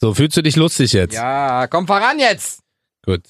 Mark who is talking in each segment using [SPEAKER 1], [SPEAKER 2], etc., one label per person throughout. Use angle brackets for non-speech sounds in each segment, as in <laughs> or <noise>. [SPEAKER 1] So, fühlst du dich lustig jetzt?
[SPEAKER 2] Ja, komm voran jetzt.
[SPEAKER 1] Gut.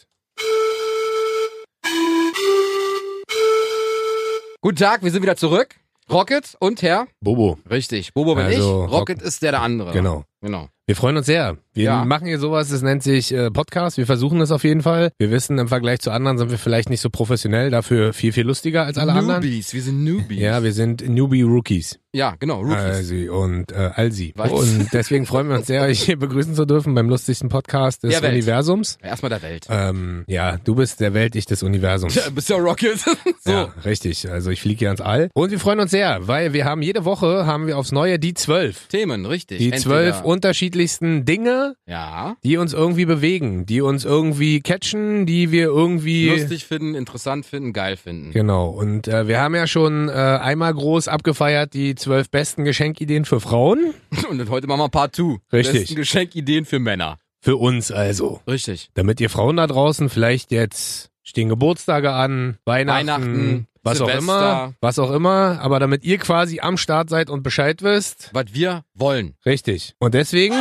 [SPEAKER 2] Guten Tag, wir sind wieder zurück. Rocket und Herr.
[SPEAKER 1] Bobo,
[SPEAKER 2] Richtig, Bobo bin
[SPEAKER 1] Also,
[SPEAKER 2] ich. Rocket ist der der andere.
[SPEAKER 1] genau.
[SPEAKER 2] Genau.
[SPEAKER 1] Wir freuen uns sehr. Wir
[SPEAKER 2] Ja.
[SPEAKER 1] machen hier sowas, es nennt sich äh, Podcast. Wir versuchen das auf jeden Fall. Wir wissen, im Vergleich zu anderen sind wir vielleicht nicht so professionell, dafür viel, viel lustiger als alle anderen.
[SPEAKER 2] Newbies, wir sind Newbies.
[SPEAKER 1] Ja, wir sind Newbie-Rookies.
[SPEAKER 2] ja genau, Rookies.
[SPEAKER 1] Alsi und äh, Alsi.
[SPEAKER 2] Was?
[SPEAKER 1] Und deswegen freuen wir uns sehr, euch hier begrüßen zu dürfen beim lustigsten Podcast des
[SPEAKER 2] Der Welt.
[SPEAKER 1] Universums.
[SPEAKER 2] Erstmal der Welt.
[SPEAKER 1] Ähm, ja, du bist der Welt, ich des Universums.
[SPEAKER 2] <laughs> Ja, bist ja Rocket. <laughs> so.
[SPEAKER 1] Ja, richtig. Also ich fliege hier ans All. Und wir freuen uns sehr, weil wir haben jede Woche, haben wir aufs Neue die zwölf.
[SPEAKER 2] Themen, richtig.
[SPEAKER 1] Die zwölf
[SPEAKER 2] Entweder-
[SPEAKER 1] unterschiedlichsten Dinge,
[SPEAKER 2] Ja.
[SPEAKER 1] die uns irgendwie bewegen, die uns irgendwie catchen, die wir irgendwie...
[SPEAKER 2] Lustig finden, interessant finden, geil finden.
[SPEAKER 1] Genau. Und äh, wir haben ja schon äh, einmal groß abgefeiert die zwölf besten Geschenkideen für Frauen.
[SPEAKER 2] <laughs> Und dann heute machen wir Part 2.
[SPEAKER 1] Richtig.
[SPEAKER 2] Besten Geschenkideen für Männer.
[SPEAKER 1] Für uns also.
[SPEAKER 2] Richtig.
[SPEAKER 1] Damit ihr Frauen da draußen vielleicht jetzt stehen Geburtstage an, Weihnachten,
[SPEAKER 2] Weihnachten,
[SPEAKER 1] was auch
[SPEAKER 2] Silvester.
[SPEAKER 1] immer, was auch immer, aber damit ihr quasi am Start seid und Bescheid wisst.
[SPEAKER 2] Was wir wollen.
[SPEAKER 1] Richtig. Und deswegen,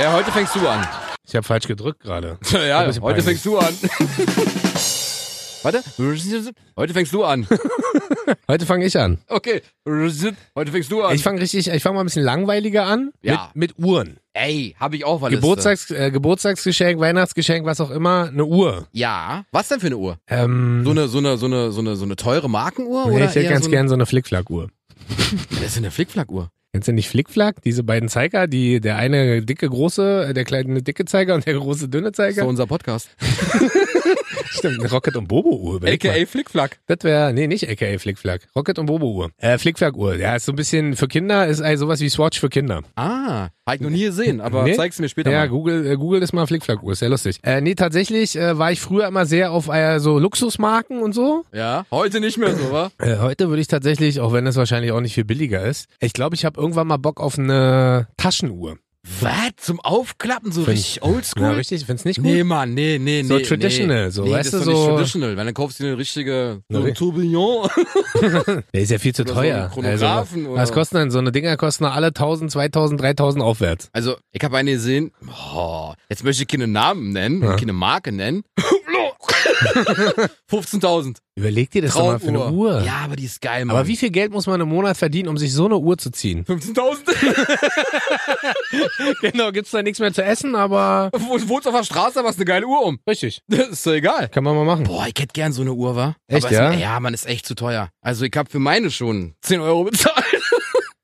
[SPEAKER 2] Ja, heute fängst du an.
[SPEAKER 1] ich habe falsch gedrückt gerade.
[SPEAKER 2] Ja,
[SPEAKER 1] bisschen
[SPEAKER 2] heute
[SPEAKER 1] peinlich.
[SPEAKER 2] fängst du an. <laughs> Warte. Heute fängst du an.
[SPEAKER 1] Heute fange ich an.
[SPEAKER 2] Okay. Heute fängst du an.
[SPEAKER 1] Ich fange richtig, ich fange mal ein bisschen langweiliger an
[SPEAKER 2] Ja.
[SPEAKER 1] mit, mit Uhren.
[SPEAKER 2] Ey, hab ich auch was.
[SPEAKER 1] Geburtstags, äh, Geburtstagsgeschenk, Weihnachtsgeschenk, was auch immer, eine Uhr.
[SPEAKER 2] Ja. Was denn für eine Uhr?
[SPEAKER 1] Ähm,
[SPEAKER 2] So eine, so eine, so eine, so eine, so eine teure Markenuhr?
[SPEAKER 1] nee,
[SPEAKER 2] oder
[SPEAKER 1] ich hätte
[SPEAKER 2] eher
[SPEAKER 1] ganz
[SPEAKER 2] so eine,
[SPEAKER 1] gern so eine Flickflack-Uhr.
[SPEAKER 2] Das ist eine Flickflack-Uhr.
[SPEAKER 1] Kennst du nicht Flickflack? Diese beiden Zeiger, die, der eine dicke große, äh, der kleine dicke Zeiger und der große dünne
[SPEAKER 2] Das ist doch
[SPEAKER 1] Zeiger.
[SPEAKER 2] unser Podcast.
[SPEAKER 1] Stimmt, eine Rocket und Bobo Uhr. überleg mal.
[SPEAKER 2] Flickflack.
[SPEAKER 1] Das wäre, nee, nicht AKA Flickflack. Rocket und Bobo Uhr. Äh, Flickflack Uhr. Ja, ist so ein bisschen für Kinder, ist also sowas wie Swatch für Kinder.
[SPEAKER 2] Ah, hab ich noch nie gesehen, aber
[SPEAKER 1] Nee?
[SPEAKER 2] zeig's mir später
[SPEAKER 1] Ja,
[SPEAKER 2] mal.
[SPEAKER 1] Google, äh, Google ist mal Flickflack Uhr, ist sehr lustig. Äh, nee, tatsächlich äh, war ich früher immer sehr auf äh, so Luxusmarken und so.
[SPEAKER 2] Ja, heute nicht mehr so, wa?
[SPEAKER 1] Äh, heute würde ich tatsächlich, auch wenn es wahrscheinlich auch nicht viel billiger ist, ich glaube, ich habe irgendwann mal Bock auf eine Taschenuhr.
[SPEAKER 2] Was? Zum Aufklappen, so
[SPEAKER 1] Find-
[SPEAKER 2] richtig oldschool?
[SPEAKER 1] Ja, richtig, find's nicht gut.
[SPEAKER 2] Nee, Mann, nee, nee, nee.
[SPEAKER 1] So traditional,
[SPEAKER 2] nee.
[SPEAKER 1] so,
[SPEAKER 2] nee,
[SPEAKER 1] weißt
[SPEAKER 2] das
[SPEAKER 1] du,
[SPEAKER 2] ist doch
[SPEAKER 1] so-
[SPEAKER 2] nicht traditional, weil dann kaufst du dir eine richtige so
[SPEAKER 1] Nee.
[SPEAKER 2] ein Tourbillon.
[SPEAKER 1] Der ist ja viel zu
[SPEAKER 2] Oder so
[SPEAKER 1] teuer.
[SPEAKER 2] einen Chronographen
[SPEAKER 1] also,
[SPEAKER 2] oder-
[SPEAKER 1] was kosten denn so eine Dinger? Kosten alle 1000, 2000, 3000 aufwärts.
[SPEAKER 2] Also, ich habe eine gesehen, oh, jetzt möchte ich keine Namen nennen,
[SPEAKER 1] Ja.
[SPEAKER 2] keine Marke nennen.
[SPEAKER 1] <laughs>
[SPEAKER 2] 15.000.
[SPEAKER 1] Überleg dir das doch mal für eine Uhr.
[SPEAKER 2] Ja, aber die ist geil, Mann.
[SPEAKER 1] Aber wie viel Geld muss man im Monat verdienen, um sich so eine Uhr zu
[SPEAKER 2] <laughs>
[SPEAKER 1] ziehen?
[SPEAKER 2] 15.000?
[SPEAKER 1] Genau, gibt's da nichts mehr zu essen, aber
[SPEAKER 2] Wo- Wohnst auf der Straße, aber hast eine geile Uhr um. <laughs>
[SPEAKER 1] richtig.
[SPEAKER 2] Das ist doch egal.
[SPEAKER 1] Kann man mal machen.
[SPEAKER 2] Boah, ich hätte gern so eine Uhr, wa?
[SPEAKER 1] Echt,
[SPEAKER 2] aber
[SPEAKER 1] ja?
[SPEAKER 2] Ist, ja, man ist echt zu teuer. Also, ich habe für meine schon 10 Euro bezahlt. <laughs>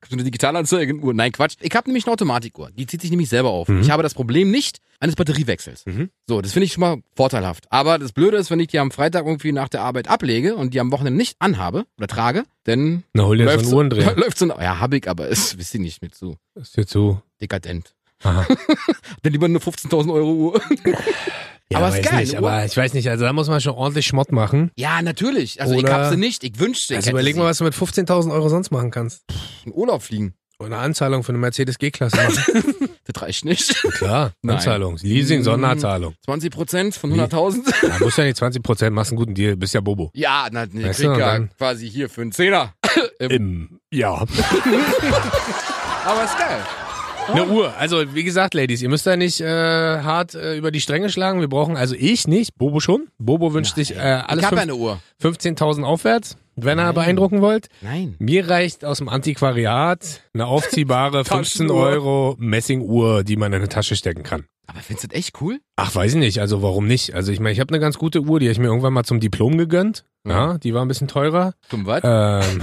[SPEAKER 2] So eine Digitalanzeige, Uhr. Nein, Quatsch. Ich habe nämlich eine Automatikuhr. Die zieht sich nämlich selber auf. Ich habe das Problem nicht eines Batteriewechsels.
[SPEAKER 1] Mhm.
[SPEAKER 2] So, das finde ich schon mal vorteilhaft. Aber das Blöde ist, wenn ich die am Freitag irgendwie nach der Arbeit ablege und die am Wochenende nicht anhabe oder trage, dann
[SPEAKER 1] Na, hol dir so
[SPEAKER 2] läuft's-
[SPEAKER 1] einen <laughs> Uhrendreher.
[SPEAKER 2] <laughs> läuft's so. Ja, hab ich, aber ist, <laughs> wisst ihr nicht, mit so
[SPEAKER 1] Ist dir zu.
[SPEAKER 2] dekadent.
[SPEAKER 1] Aha.
[SPEAKER 2] Dann lieber eine 15.000 Euro
[SPEAKER 1] <laughs>
[SPEAKER 2] Uhr.
[SPEAKER 1] Ja,
[SPEAKER 2] Aber ist
[SPEAKER 1] weiß
[SPEAKER 2] geil,
[SPEAKER 1] Nicht,
[SPEAKER 2] eine
[SPEAKER 1] aber ich weiß nicht, also da muss man schon ordentlich Schmott machen.
[SPEAKER 2] ja, natürlich. Also, ich
[SPEAKER 1] Oder-
[SPEAKER 2] hab sie nicht. Ich wünschte, ich
[SPEAKER 1] Also
[SPEAKER 2] hätte
[SPEAKER 1] überleg
[SPEAKER 2] sie.
[SPEAKER 1] mal, was du mit 15.000 Euro sonst machen kannst.
[SPEAKER 2] in Urlaub fliegen.
[SPEAKER 1] Oder eine Anzahlung für eine Mercedes G-Klasse machen.
[SPEAKER 2] Das reicht nicht.
[SPEAKER 1] <laughs> Klar,
[SPEAKER 2] Nein.
[SPEAKER 1] Anzahlung. Leasing,
[SPEAKER 2] Mm.
[SPEAKER 1] Sonderzahlung.
[SPEAKER 2] 20 Prozent von
[SPEAKER 1] Wie?
[SPEAKER 2] 100.000?
[SPEAKER 1] Da musst du ja nicht 20 Prozent, machst einen guten Deal, bist ja Bobo.
[SPEAKER 2] <laughs> Ja, na, ne,
[SPEAKER 1] Weißt
[SPEAKER 2] krieg
[SPEAKER 1] du, und
[SPEAKER 2] ja
[SPEAKER 1] dann-
[SPEAKER 2] quasi hier für einen Zehner.
[SPEAKER 1] Im, ja.
[SPEAKER 2] Aber ist geil.
[SPEAKER 1] Eine Uhr. Also, wie gesagt, Ladies, ihr müsst da nicht äh, hart äh, über die Stränge schlagen. Wir brauchen, also ich nicht, Bobo schon. Bobo wünscht sich äh, alles
[SPEAKER 2] ich hab
[SPEAKER 1] fünf-
[SPEAKER 2] eine Uhr.
[SPEAKER 1] 15.000 aufwärts, wenn ihr beeindrucken wollt.
[SPEAKER 2] Nein.
[SPEAKER 1] Mir reicht aus dem Antiquariat eine aufziehbare 15
[SPEAKER 2] Taschenuhr.
[SPEAKER 1] Euro Messinguhr, die man in eine Tasche stecken kann.
[SPEAKER 2] Aber findest du das echt cool?
[SPEAKER 1] Ach, weiß ich nicht. Also warum nicht? Also ich meine, ich habe eine ganz gute Uhr, die habe ich mir irgendwann mal zum Diplom gegönnt. Ja, die war ein bisschen teurer.
[SPEAKER 2] Zum was? <laughs>
[SPEAKER 1] Ähm,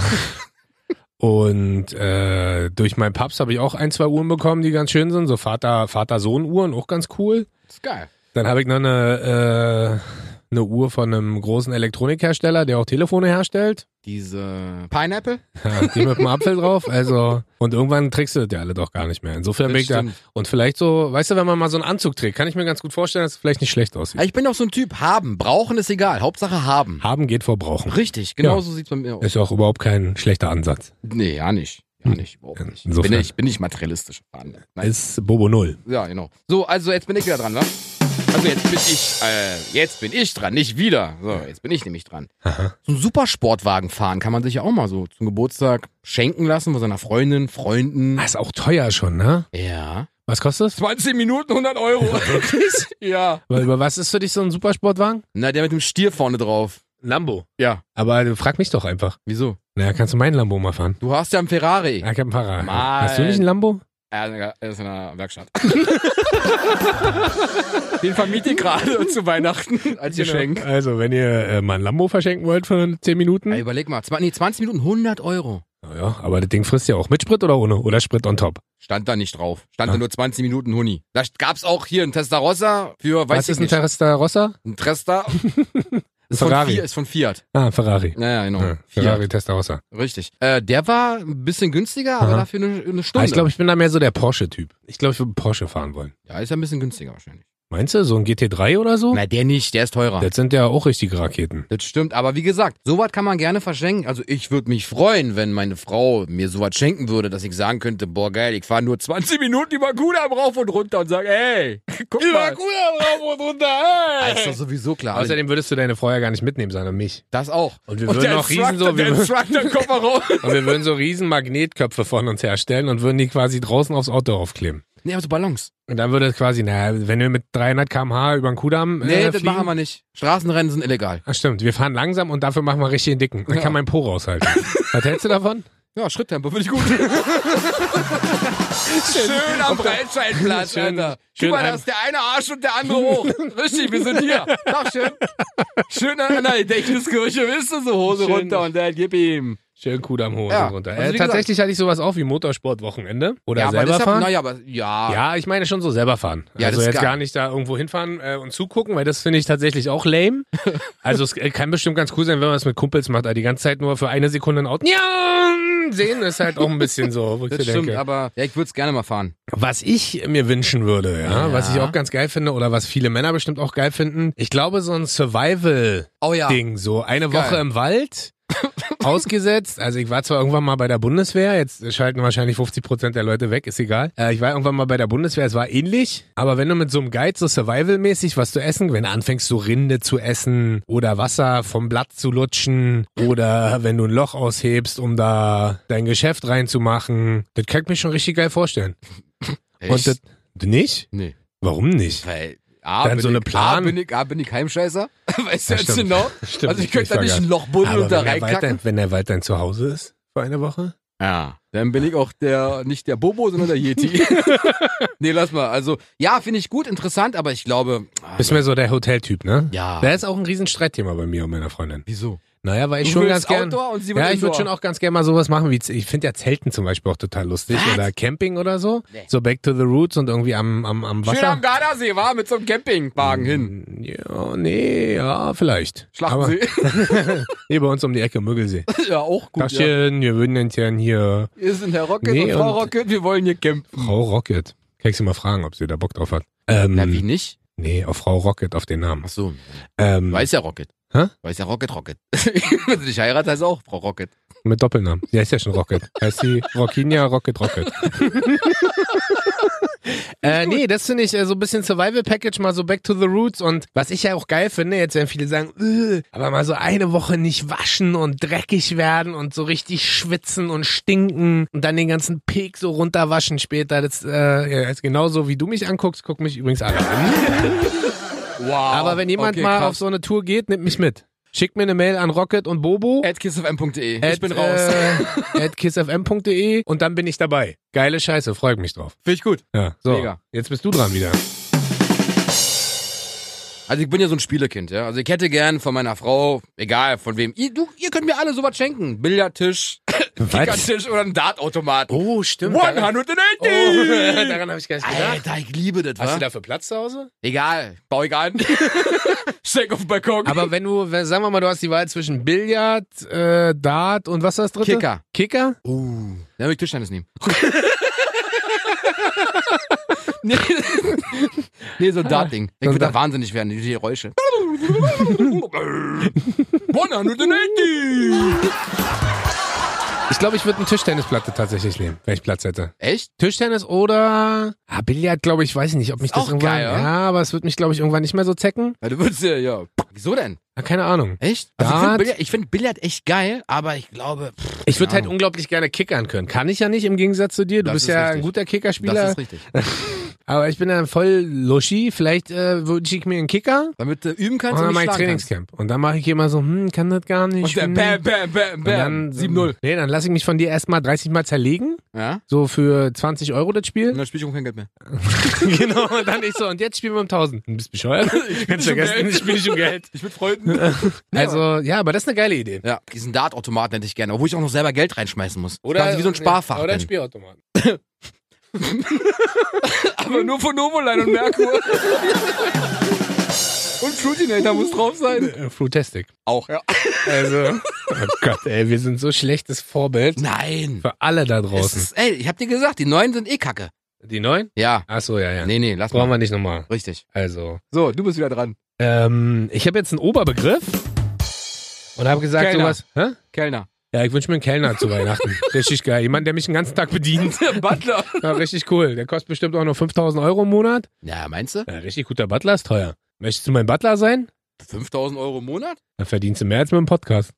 [SPEAKER 1] und äh, durch meinen Paps habe ich auch ein, zwei Uhren bekommen, die ganz schön sind. So Vater, Vater-Sohn-Uhren, auch ganz cool.
[SPEAKER 2] Ist geil.
[SPEAKER 1] Dann habe ich noch eine, äh, eine Uhr von einem großen Elektronikhersteller, der auch Telefone herstellt.
[SPEAKER 2] Diese Pineapple?
[SPEAKER 1] Ja, die mit dem Apfel drauf. Also, und irgendwann trägst du das ja alle doch gar nicht mehr. Insofern
[SPEAKER 2] Das
[SPEAKER 1] bin ich da.
[SPEAKER 2] stimmt.
[SPEAKER 1] Und vielleicht so, weißt du, wenn man mal so einen Anzug trägt, kann ich mir ganz gut vorstellen, dass es vielleicht nicht schlecht aussieht.
[SPEAKER 2] Ich bin doch so ein Typ. Haben. Brauchen ist egal. Hauptsache haben.
[SPEAKER 1] Haben geht vor Brauchen.
[SPEAKER 2] Richtig, genau
[SPEAKER 1] Ja.
[SPEAKER 2] so sieht's bei mir aus.
[SPEAKER 1] Ist auch überhaupt kein schlechter Ansatz.
[SPEAKER 2] Nee, ja nicht. Ja nicht, überhaupt nicht. Ich
[SPEAKER 1] Insofern.
[SPEAKER 2] Bin ich, bin ich materialistisch. veranlagt. Nein.
[SPEAKER 1] Ist Bobo Null.
[SPEAKER 2] Ja, genau. So, also jetzt bin ich wieder dran, wa? Also jetzt bin ich, äh, jetzt bin ich dran, nicht wieder. So, jetzt bin ich nämlich dran. So einen Supersportwagen fahren kann man sich ja auch mal so zum Geburtstag schenken lassen von seiner Freundin, Freunden.
[SPEAKER 1] Ah, ist auch teuer schon, ne?
[SPEAKER 2] Ja.
[SPEAKER 1] Was kostet das?
[SPEAKER 2] 20 Minuten 100 Euro.
[SPEAKER 1] <laughs> Wirklich?
[SPEAKER 2] ja.
[SPEAKER 1] Weil über was ist für dich so ein Supersportwagen?
[SPEAKER 2] Na, der mit dem Stier vorne drauf.
[SPEAKER 1] Lambo.
[SPEAKER 2] Ja.
[SPEAKER 1] Aber äh, frag mich doch einfach.
[SPEAKER 2] Wieso?
[SPEAKER 1] Naja, kannst du meinen Lambo mal fahren?
[SPEAKER 2] Du hast ja einen Ferrari.
[SPEAKER 1] Ja, ich hab einen Fahrer.
[SPEAKER 2] Mann.
[SPEAKER 1] Hast du nicht einen Lambo?
[SPEAKER 2] Ja, er ist in der
[SPEAKER 1] <laughs>
[SPEAKER 2] Werkstatt. Den vermiete ich
[SPEAKER 1] <laughs>
[SPEAKER 2] gerade zu Weihnachten als Geschenk.
[SPEAKER 1] Also, wenn ihr äh, mal ein Lambo verschenken wollt für 10 Minuten.
[SPEAKER 2] Ey, überleg mal, zwa- nee, 20 Minuten 100 Euro.
[SPEAKER 1] Ja, aber das Ding frisst ja auch mit Sprit oder ohne? Oder Sprit on top?
[SPEAKER 2] Stand da nicht drauf. Stand
[SPEAKER 1] Ja.
[SPEAKER 2] da nur 20 Minuten Huni. Da gab's auch hier ein Testarossa für, weiß
[SPEAKER 1] was
[SPEAKER 2] ich
[SPEAKER 1] ist ein
[SPEAKER 2] nicht,
[SPEAKER 1] Testarossa? <laughs>
[SPEAKER 2] ein Tresta. ist, von
[SPEAKER 1] Ferrari.
[SPEAKER 2] Fiat, ist von Fiat.
[SPEAKER 1] Ah, Ferrari.
[SPEAKER 2] Naja, genau.
[SPEAKER 1] Ja,
[SPEAKER 2] Fiat.
[SPEAKER 1] Ferrari Ah, Testarossa.
[SPEAKER 2] Richtig. Äh, der war ein bisschen günstiger, aber
[SPEAKER 1] Aha.
[SPEAKER 2] dafür eine, eine
[SPEAKER 1] Ah,
[SPEAKER 2] Stunde.
[SPEAKER 1] ich glaube, ich bin da mehr so der Porsche-Typ. Ich glaube, ich würde einen Porsche fahren wollen.
[SPEAKER 2] ja, ist ja ein bisschen günstiger wahrscheinlich.
[SPEAKER 1] Meinst du, so ein GT3 oder so?
[SPEAKER 2] Na, der nicht, der ist teurer.
[SPEAKER 1] Das sind ja auch richtige Raketen.
[SPEAKER 2] Das stimmt, aber wie gesagt, sowas kann man gerne verschenken. Also ich würde mich freuen, wenn meine Frau mir sowas schenken würde, dass ich sagen könnte, boah geil, ich fahre nur 20 Minuten über Kudamm rauf und runter und sage, ey, <laughs> guck mal.
[SPEAKER 1] rauf und runter.
[SPEAKER 2] Das ist doch sowieso klar. Also,
[SPEAKER 1] Außerdem würdest du deine Frau ja gar nicht mitnehmen, sondern mich.
[SPEAKER 2] das auch.
[SPEAKER 1] Und wir würden auch riesen so, wir,
[SPEAKER 2] der
[SPEAKER 1] wür-
[SPEAKER 2] Instructor, komm mal raus.
[SPEAKER 1] <laughs> und wir würden so riesen Magnetköpfe von uns herstellen und würden die quasi draußen aufs Auto aufkleben.
[SPEAKER 2] Nee, also Ballons.
[SPEAKER 1] Und dann würde es quasi, naja, wenn wir mit 300 km/h über den Kudamm äh,
[SPEAKER 2] Nee, das
[SPEAKER 1] fliegen.
[SPEAKER 2] machen wir nicht. Straßenrennen sind illegal.
[SPEAKER 1] Ach stimmt, wir fahren langsam und dafür machen wir richtig den dicken. Dann
[SPEAKER 2] Ja.
[SPEAKER 1] kann mein Po raushalten. Was hältst du davon?
[SPEAKER 2] Ja, Schritttempo finde ich gut. Schön
[SPEAKER 1] <laughs>
[SPEAKER 2] am Breitscheidplatz,
[SPEAKER 1] Schön-
[SPEAKER 2] Alter.
[SPEAKER 1] schön
[SPEAKER 2] Guck mal,
[SPEAKER 1] ein-
[SPEAKER 2] da ist der eine Arsch und der
[SPEAKER 1] <laughs>
[SPEAKER 2] andere hoch. Oh, Richtig, wir sind hier. Doch, schön. Schön an der Gedächtniskirche, wisst du, so Hose
[SPEAKER 1] Schön.
[SPEAKER 2] runter und dann gib ihm.
[SPEAKER 1] Schön Kudamm Hose
[SPEAKER 2] Ja,
[SPEAKER 1] runter.
[SPEAKER 2] also
[SPEAKER 1] Äh,
[SPEAKER 2] wie gesagt-
[SPEAKER 1] tatsächlich hatte ich sowas auch wie Motorsportwochenende. Oder
[SPEAKER 2] ja, aber
[SPEAKER 1] selber
[SPEAKER 2] deshalb,
[SPEAKER 1] fahren.
[SPEAKER 2] naja, aber, ja.
[SPEAKER 1] Ja, ich meine schon so selber fahren.
[SPEAKER 2] Ah. Ja,
[SPEAKER 1] also
[SPEAKER 2] das ist
[SPEAKER 1] jetzt
[SPEAKER 2] geil.
[SPEAKER 1] gar nicht da irgendwo hinfahren äh, und zugucken, weil das finde ich tatsächlich auch
[SPEAKER 2] <laughs>
[SPEAKER 1] lame. Also es äh, kann bestimmt ganz cool sein, wenn man es mit Kumpels macht, aber die ganze Zeit nur für eine Sekunde ein Auto ja, sehen ist halt auch ein bisschen so, wo ich
[SPEAKER 2] Das
[SPEAKER 1] so
[SPEAKER 2] stimmt,
[SPEAKER 1] denke.
[SPEAKER 2] aber ja, ich würde es gerne mal fahren.
[SPEAKER 1] Was ich mir wünschen würde, ja,
[SPEAKER 2] Ja.
[SPEAKER 1] was ich auch ganz geil finde oder was viele Männer bestimmt auch geil finden, ich glaube so ein Survival
[SPEAKER 2] Oh ja.
[SPEAKER 1] Ding, so eine
[SPEAKER 2] Geil.
[SPEAKER 1] Woche im
[SPEAKER 2] <laughs>
[SPEAKER 1] Wald. ausgesetzt. Also ich war zwar irgendwann mal bei der Bundeswehr, jetzt schalten wahrscheinlich 50 Prozent der Leute weg, ist egal. Äh, ich war irgendwann mal bei der Bundeswehr, es war ähnlich, aber wenn du mit so einem Guide so survival-mäßig was zu essen, wenn du anfängst so Rinde zu essen oder Wasser vom Blatt zu lutschen oder wenn du ein Loch aushebst, um da dein Geschäft reinzumachen, das kann ich mir schon richtig geil vorstellen. Und das, nicht?
[SPEAKER 2] nee.
[SPEAKER 1] Warum nicht?
[SPEAKER 2] Weil, A,
[SPEAKER 1] Dann
[SPEAKER 2] bin
[SPEAKER 1] so eine
[SPEAKER 2] ich,
[SPEAKER 1] Plan-
[SPEAKER 2] A, bin ich, A, bin ich Heimscheißer. <laughs> weißt du
[SPEAKER 1] Ja,
[SPEAKER 2] jetzt
[SPEAKER 1] stimmt.
[SPEAKER 2] genau?
[SPEAKER 1] Stimmt,
[SPEAKER 2] also ich könnte da
[SPEAKER 1] war
[SPEAKER 2] nicht
[SPEAKER 1] gar-
[SPEAKER 2] ein Loch buddeln
[SPEAKER 1] aber
[SPEAKER 2] und da
[SPEAKER 1] wenn der, Wald
[SPEAKER 2] reinkacken.
[SPEAKER 1] dein, wenn der Wald dein Zuhause ist für eine Woche?
[SPEAKER 2] Ja. Dann bin ich auch der, nicht der Bobo, sondern der <laughs> Yeti. nee, lass mal. Also, ja, finde ich gut, interessant, aber ich glaube. ah,
[SPEAKER 1] Bist mehr so der Hoteltyp, ne?
[SPEAKER 2] ja.
[SPEAKER 1] Da ist auch ein Riesenstreitthema bei mir und meiner Freundin.
[SPEAKER 2] Wieso?
[SPEAKER 1] Naja, weil ich
[SPEAKER 2] Du
[SPEAKER 1] schon ganz
[SPEAKER 2] willst
[SPEAKER 1] gern.
[SPEAKER 2] Outdoor und sie will
[SPEAKER 1] Ja, ich würde
[SPEAKER 2] Indoor.
[SPEAKER 1] schon auch ganz gerne mal sowas machen, wie z- ich finde ja Zelten zum Beispiel auch total lustig
[SPEAKER 2] Was?
[SPEAKER 1] oder Camping oder so.
[SPEAKER 2] Nee.
[SPEAKER 1] So back to the roots und irgendwie am, am, am
[SPEAKER 2] Schön am
[SPEAKER 1] Wasser.
[SPEAKER 2] Gardasee, war mit so einem Campingwagen hin.
[SPEAKER 1] Ja, nee, ja, vielleicht. Aber
[SPEAKER 2] Schlachtensee.
[SPEAKER 1] <laughs> nee, bei uns um die Ecke, Müggelsee.
[SPEAKER 2] <laughs> ja, auch gut. Ja.
[SPEAKER 1] Taschen, wir würden jetzt gern hier
[SPEAKER 2] Wir sind Herr Rocket
[SPEAKER 1] Nee,
[SPEAKER 2] und Frau
[SPEAKER 1] und-
[SPEAKER 2] Rocket, wir wollen hier campen.
[SPEAKER 1] Frau Rocket. Kann ich sie mal fragen, ob sie da Bock drauf hat? Ähm,
[SPEAKER 2] nicht?
[SPEAKER 1] nee, auf Frau Rocket, auf den Namen.
[SPEAKER 2] Ach so.
[SPEAKER 1] Ähm,
[SPEAKER 2] Weiß ja Rocket.
[SPEAKER 1] Hä?
[SPEAKER 2] Weiß ja Rocket Rocket. <laughs> Wenn sie dich heiratet, heißt auch Frau Rocket.
[SPEAKER 1] Mit Doppelnamen. Sie heißt ja schon Rocket. Heißt sie Rockinia Rocket Rocket. <laughs> äh, nee, das finde ich äh, so ein bisschen Survival Package, mal so back to the roots. Und was ich ja auch geil finde, jetzt werden viele sagen, "Äh", aber mal so eine Woche nicht waschen und dreckig werden und so richtig schwitzen und stinken und dann den ganzen Pek so runterwaschen später. Das äh, ja, ist genauso wie du mich anguckst, guck mich übrigens alle an. <laughs>
[SPEAKER 2] Wow.
[SPEAKER 1] Aber wenn jemand
[SPEAKER 2] Okay,
[SPEAKER 1] mal
[SPEAKER 2] krass.
[SPEAKER 1] auf so eine Tour geht, nimmt mich mit. Schickt mir eine Mail an Rocket und Bobo
[SPEAKER 2] At kissfm.de.
[SPEAKER 1] at,
[SPEAKER 2] Ich bin raus. Finde
[SPEAKER 1] Äh, at kissfm.de und dann bin ich dabei. Geile Scheiße, freue mich drauf.
[SPEAKER 2] ich gut.
[SPEAKER 1] Ja, so.
[SPEAKER 2] Mega.
[SPEAKER 1] Jetzt bist du dran wieder.
[SPEAKER 2] Also ich bin ja so ein Spielekind, ja. Also ich hätte gern von meiner Frau, egal von wem, ihr, du, ihr könnt mir alle sowas schenken. Billardtisch, Kickertisch oder einen Dartautomaten.
[SPEAKER 1] Oh, stimmt. Daran,
[SPEAKER 2] 180!
[SPEAKER 1] oh, <laughs> daran habe ich gar nicht gedacht.
[SPEAKER 2] Alter, ich liebe das,
[SPEAKER 1] Hast du
[SPEAKER 2] wa?
[SPEAKER 1] dafür Platz zu Hause?
[SPEAKER 2] Egal, bau
[SPEAKER 1] <laughs>
[SPEAKER 2] ich an. Steck auf den Balkon.
[SPEAKER 1] Aber wenn du, wenn- sagen wir mal, du hast die Wahl zwischen Billard, äh, Dart und was war das dritte?
[SPEAKER 2] Kicker.
[SPEAKER 1] Kicker?
[SPEAKER 2] Uh. Dann will ich Tischtennis nehmen. <laughs> nee, nee, so ein Dartding. Ich
[SPEAKER 1] So ein
[SPEAKER 2] würde da
[SPEAKER 1] Dart-
[SPEAKER 2] wahnsinnig werden,
[SPEAKER 1] <laughs>
[SPEAKER 2] die Geräusche. 180!
[SPEAKER 1] Ich glaube, ich würde eine Tischtennisplatte tatsächlich nehmen, wenn ich Platz hätte.
[SPEAKER 2] Echt?
[SPEAKER 1] Tischtennis oder ah, Billard, glaube ich, weiß ich nicht, ob mich das
[SPEAKER 2] auch
[SPEAKER 1] irgendwann.
[SPEAKER 2] geil, oder?
[SPEAKER 1] ja, aber es wird mich, glaube ich, irgendwann nicht mehr so zecken.
[SPEAKER 2] Ja, du würdest ja, ja. Wieso denn?
[SPEAKER 1] Ah, keine Ahnung.
[SPEAKER 2] Echt? Also ich finde
[SPEAKER 1] Dart.
[SPEAKER 2] Billard, ich find Billard echt geil, aber ich glaube, pff,
[SPEAKER 1] Ich würde
[SPEAKER 2] keine
[SPEAKER 1] halt
[SPEAKER 2] Ahnung.
[SPEAKER 1] unglaublich gerne kickern können. Kann ich ja nicht im Gegensatz zu dir. Du
[SPEAKER 2] Das
[SPEAKER 1] bist
[SPEAKER 2] ist
[SPEAKER 1] ja ein
[SPEAKER 2] richtig.
[SPEAKER 1] guter
[SPEAKER 2] das
[SPEAKER 1] Kickerspieler.
[SPEAKER 2] ist richtig.
[SPEAKER 1] Aber ich bin dann voll Luschi. Vielleicht äh, würde ich mir einen Kicker
[SPEAKER 2] Damit du üben kannst
[SPEAKER 1] und
[SPEAKER 2] und,
[SPEAKER 1] dann
[SPEAKER 2] und
[SPEAKER 1] mache ich
[SPEAKER 2] nicht schlagen kannst.
[SPEAKER 1] Trainingscamp. Und dann mache ich immer so, hm, kann das gar nicht.
[SPEAKER 2] Und dann
[SPEAKER 1] hm.
[SPEAKER 2] bam, bam, bam,
[SPEAKER 1] Und
[SPEAKER 2] bam.
[SPEAKER 1] dann
[SPEAKER 2] 7-0.
[SPEAKER 1] Nee, dann lasse ich mich von dir erstmal 30 Mal zerlegen.
[SPEAKER 2] Ja?
[SPEAKER 1] So für 20 Euro das
[SPEAKER 2] Und <laughs>
[SPEAKER 1] Spiel. <laughs>
[SPEAKER 2] dann spiele ich um kein Geld mehr.
[SPEAKER 1] genau. Und dann ich so, und jetzt spielen wir um 1000. Du bist
[SPEAKER 2] <laughs>
[SPEAKER 1] bescheuert. Kannst
[SPEAKER 2] um
[SPEAKER 1] vergessen,
[SPEAKER 2] Geld.
[SPEAKER 1] ich spiele nicht um
[SPEAKER 2] <laughs>
[SPEAKER 1] Geld.
[SPEAKER 2] Ich mit Freunden.
[SPEAKER 1] Also, ja, aber das ist eine geile Idee.
[SPEAKER 2] ja, diesen Dartautomaten hätte ich gerne, obwohl ich auch noch selber Geld reinschmeißen muss.
[SPEAKER 1] Oder
[SPEAKER 2] Quasi wie so ein Sparfach.
[SPEAKER 1] Oder ein
[SPEAKER 2] denn.
[SPEAKER 1] Spielautomaten.
[SPEAKER 2] Aber nur von Novoline und Merkur. <laughs> und Frutinator muss drauf sein.
[SPEAKER 1] <laughs> Äh, Frutastic.
[SPEAKER 2] Auch, ja.
[SPEAKER 1] Also, <laughs> oh Gott, ey, wir sind so schlechtes Vorbild
[SPEAKER 2] Nein.
[SPEAKER 1] für alle da
[SPEAKER 2] Es
[SPEAKER 1] draußen.
[SPEAKER 2] ist, ey, ich hab dir gesagt, die neuen sind eh kacke.
[SPEAKER 1] Die neuen?
[SPEAKER 2] Ja.
[SPEAKER 1] Ach so, ja, ja.
[SPEAKER 2] Nee, nee, lass
[SPEAKER 1] Brauchen
[SPEAKER 2] mal.
[SPEAKER 1] wir nicht nochmal.
[SPEAKER 2] Richtig.
[SPEAKER 1] Also,
[SPEAKER 2] So, du bist wieder dran.
[SPEAKER 1] ähm, ich habe jetzt einen Oberbegriff und habe gesagt
[SPEAKER 2] Kellner.
[SPEAKER 1] sowas. Hä?
[SPEAKER 2] Kellner.
[SPEAKER 1] Ja, ich wünsche mir einen Kellner zu Weihnachten. Richtig geil. Jemand, der mich den ganzen Tag
[SPEAKER 2] <laughs>
[SPEAKER 1] bedient.
[SPEAKER 2] <laughs> Butler.
[SPEAKER 1] Ja, richtig cool. Der kostet bestimmt auch noch 5000 Euro im Monat.
[SPEAKER 2] Ja, meinst du?
[SPEAKER 1] Ja, richtig guter Butler ist teuer. Möchtest du mein Butler sein?
[SPEAKER 2] 5000 Euro im Monat?
[SPEAKER 1] Dann verdienst du mehr als mit dem Podcast.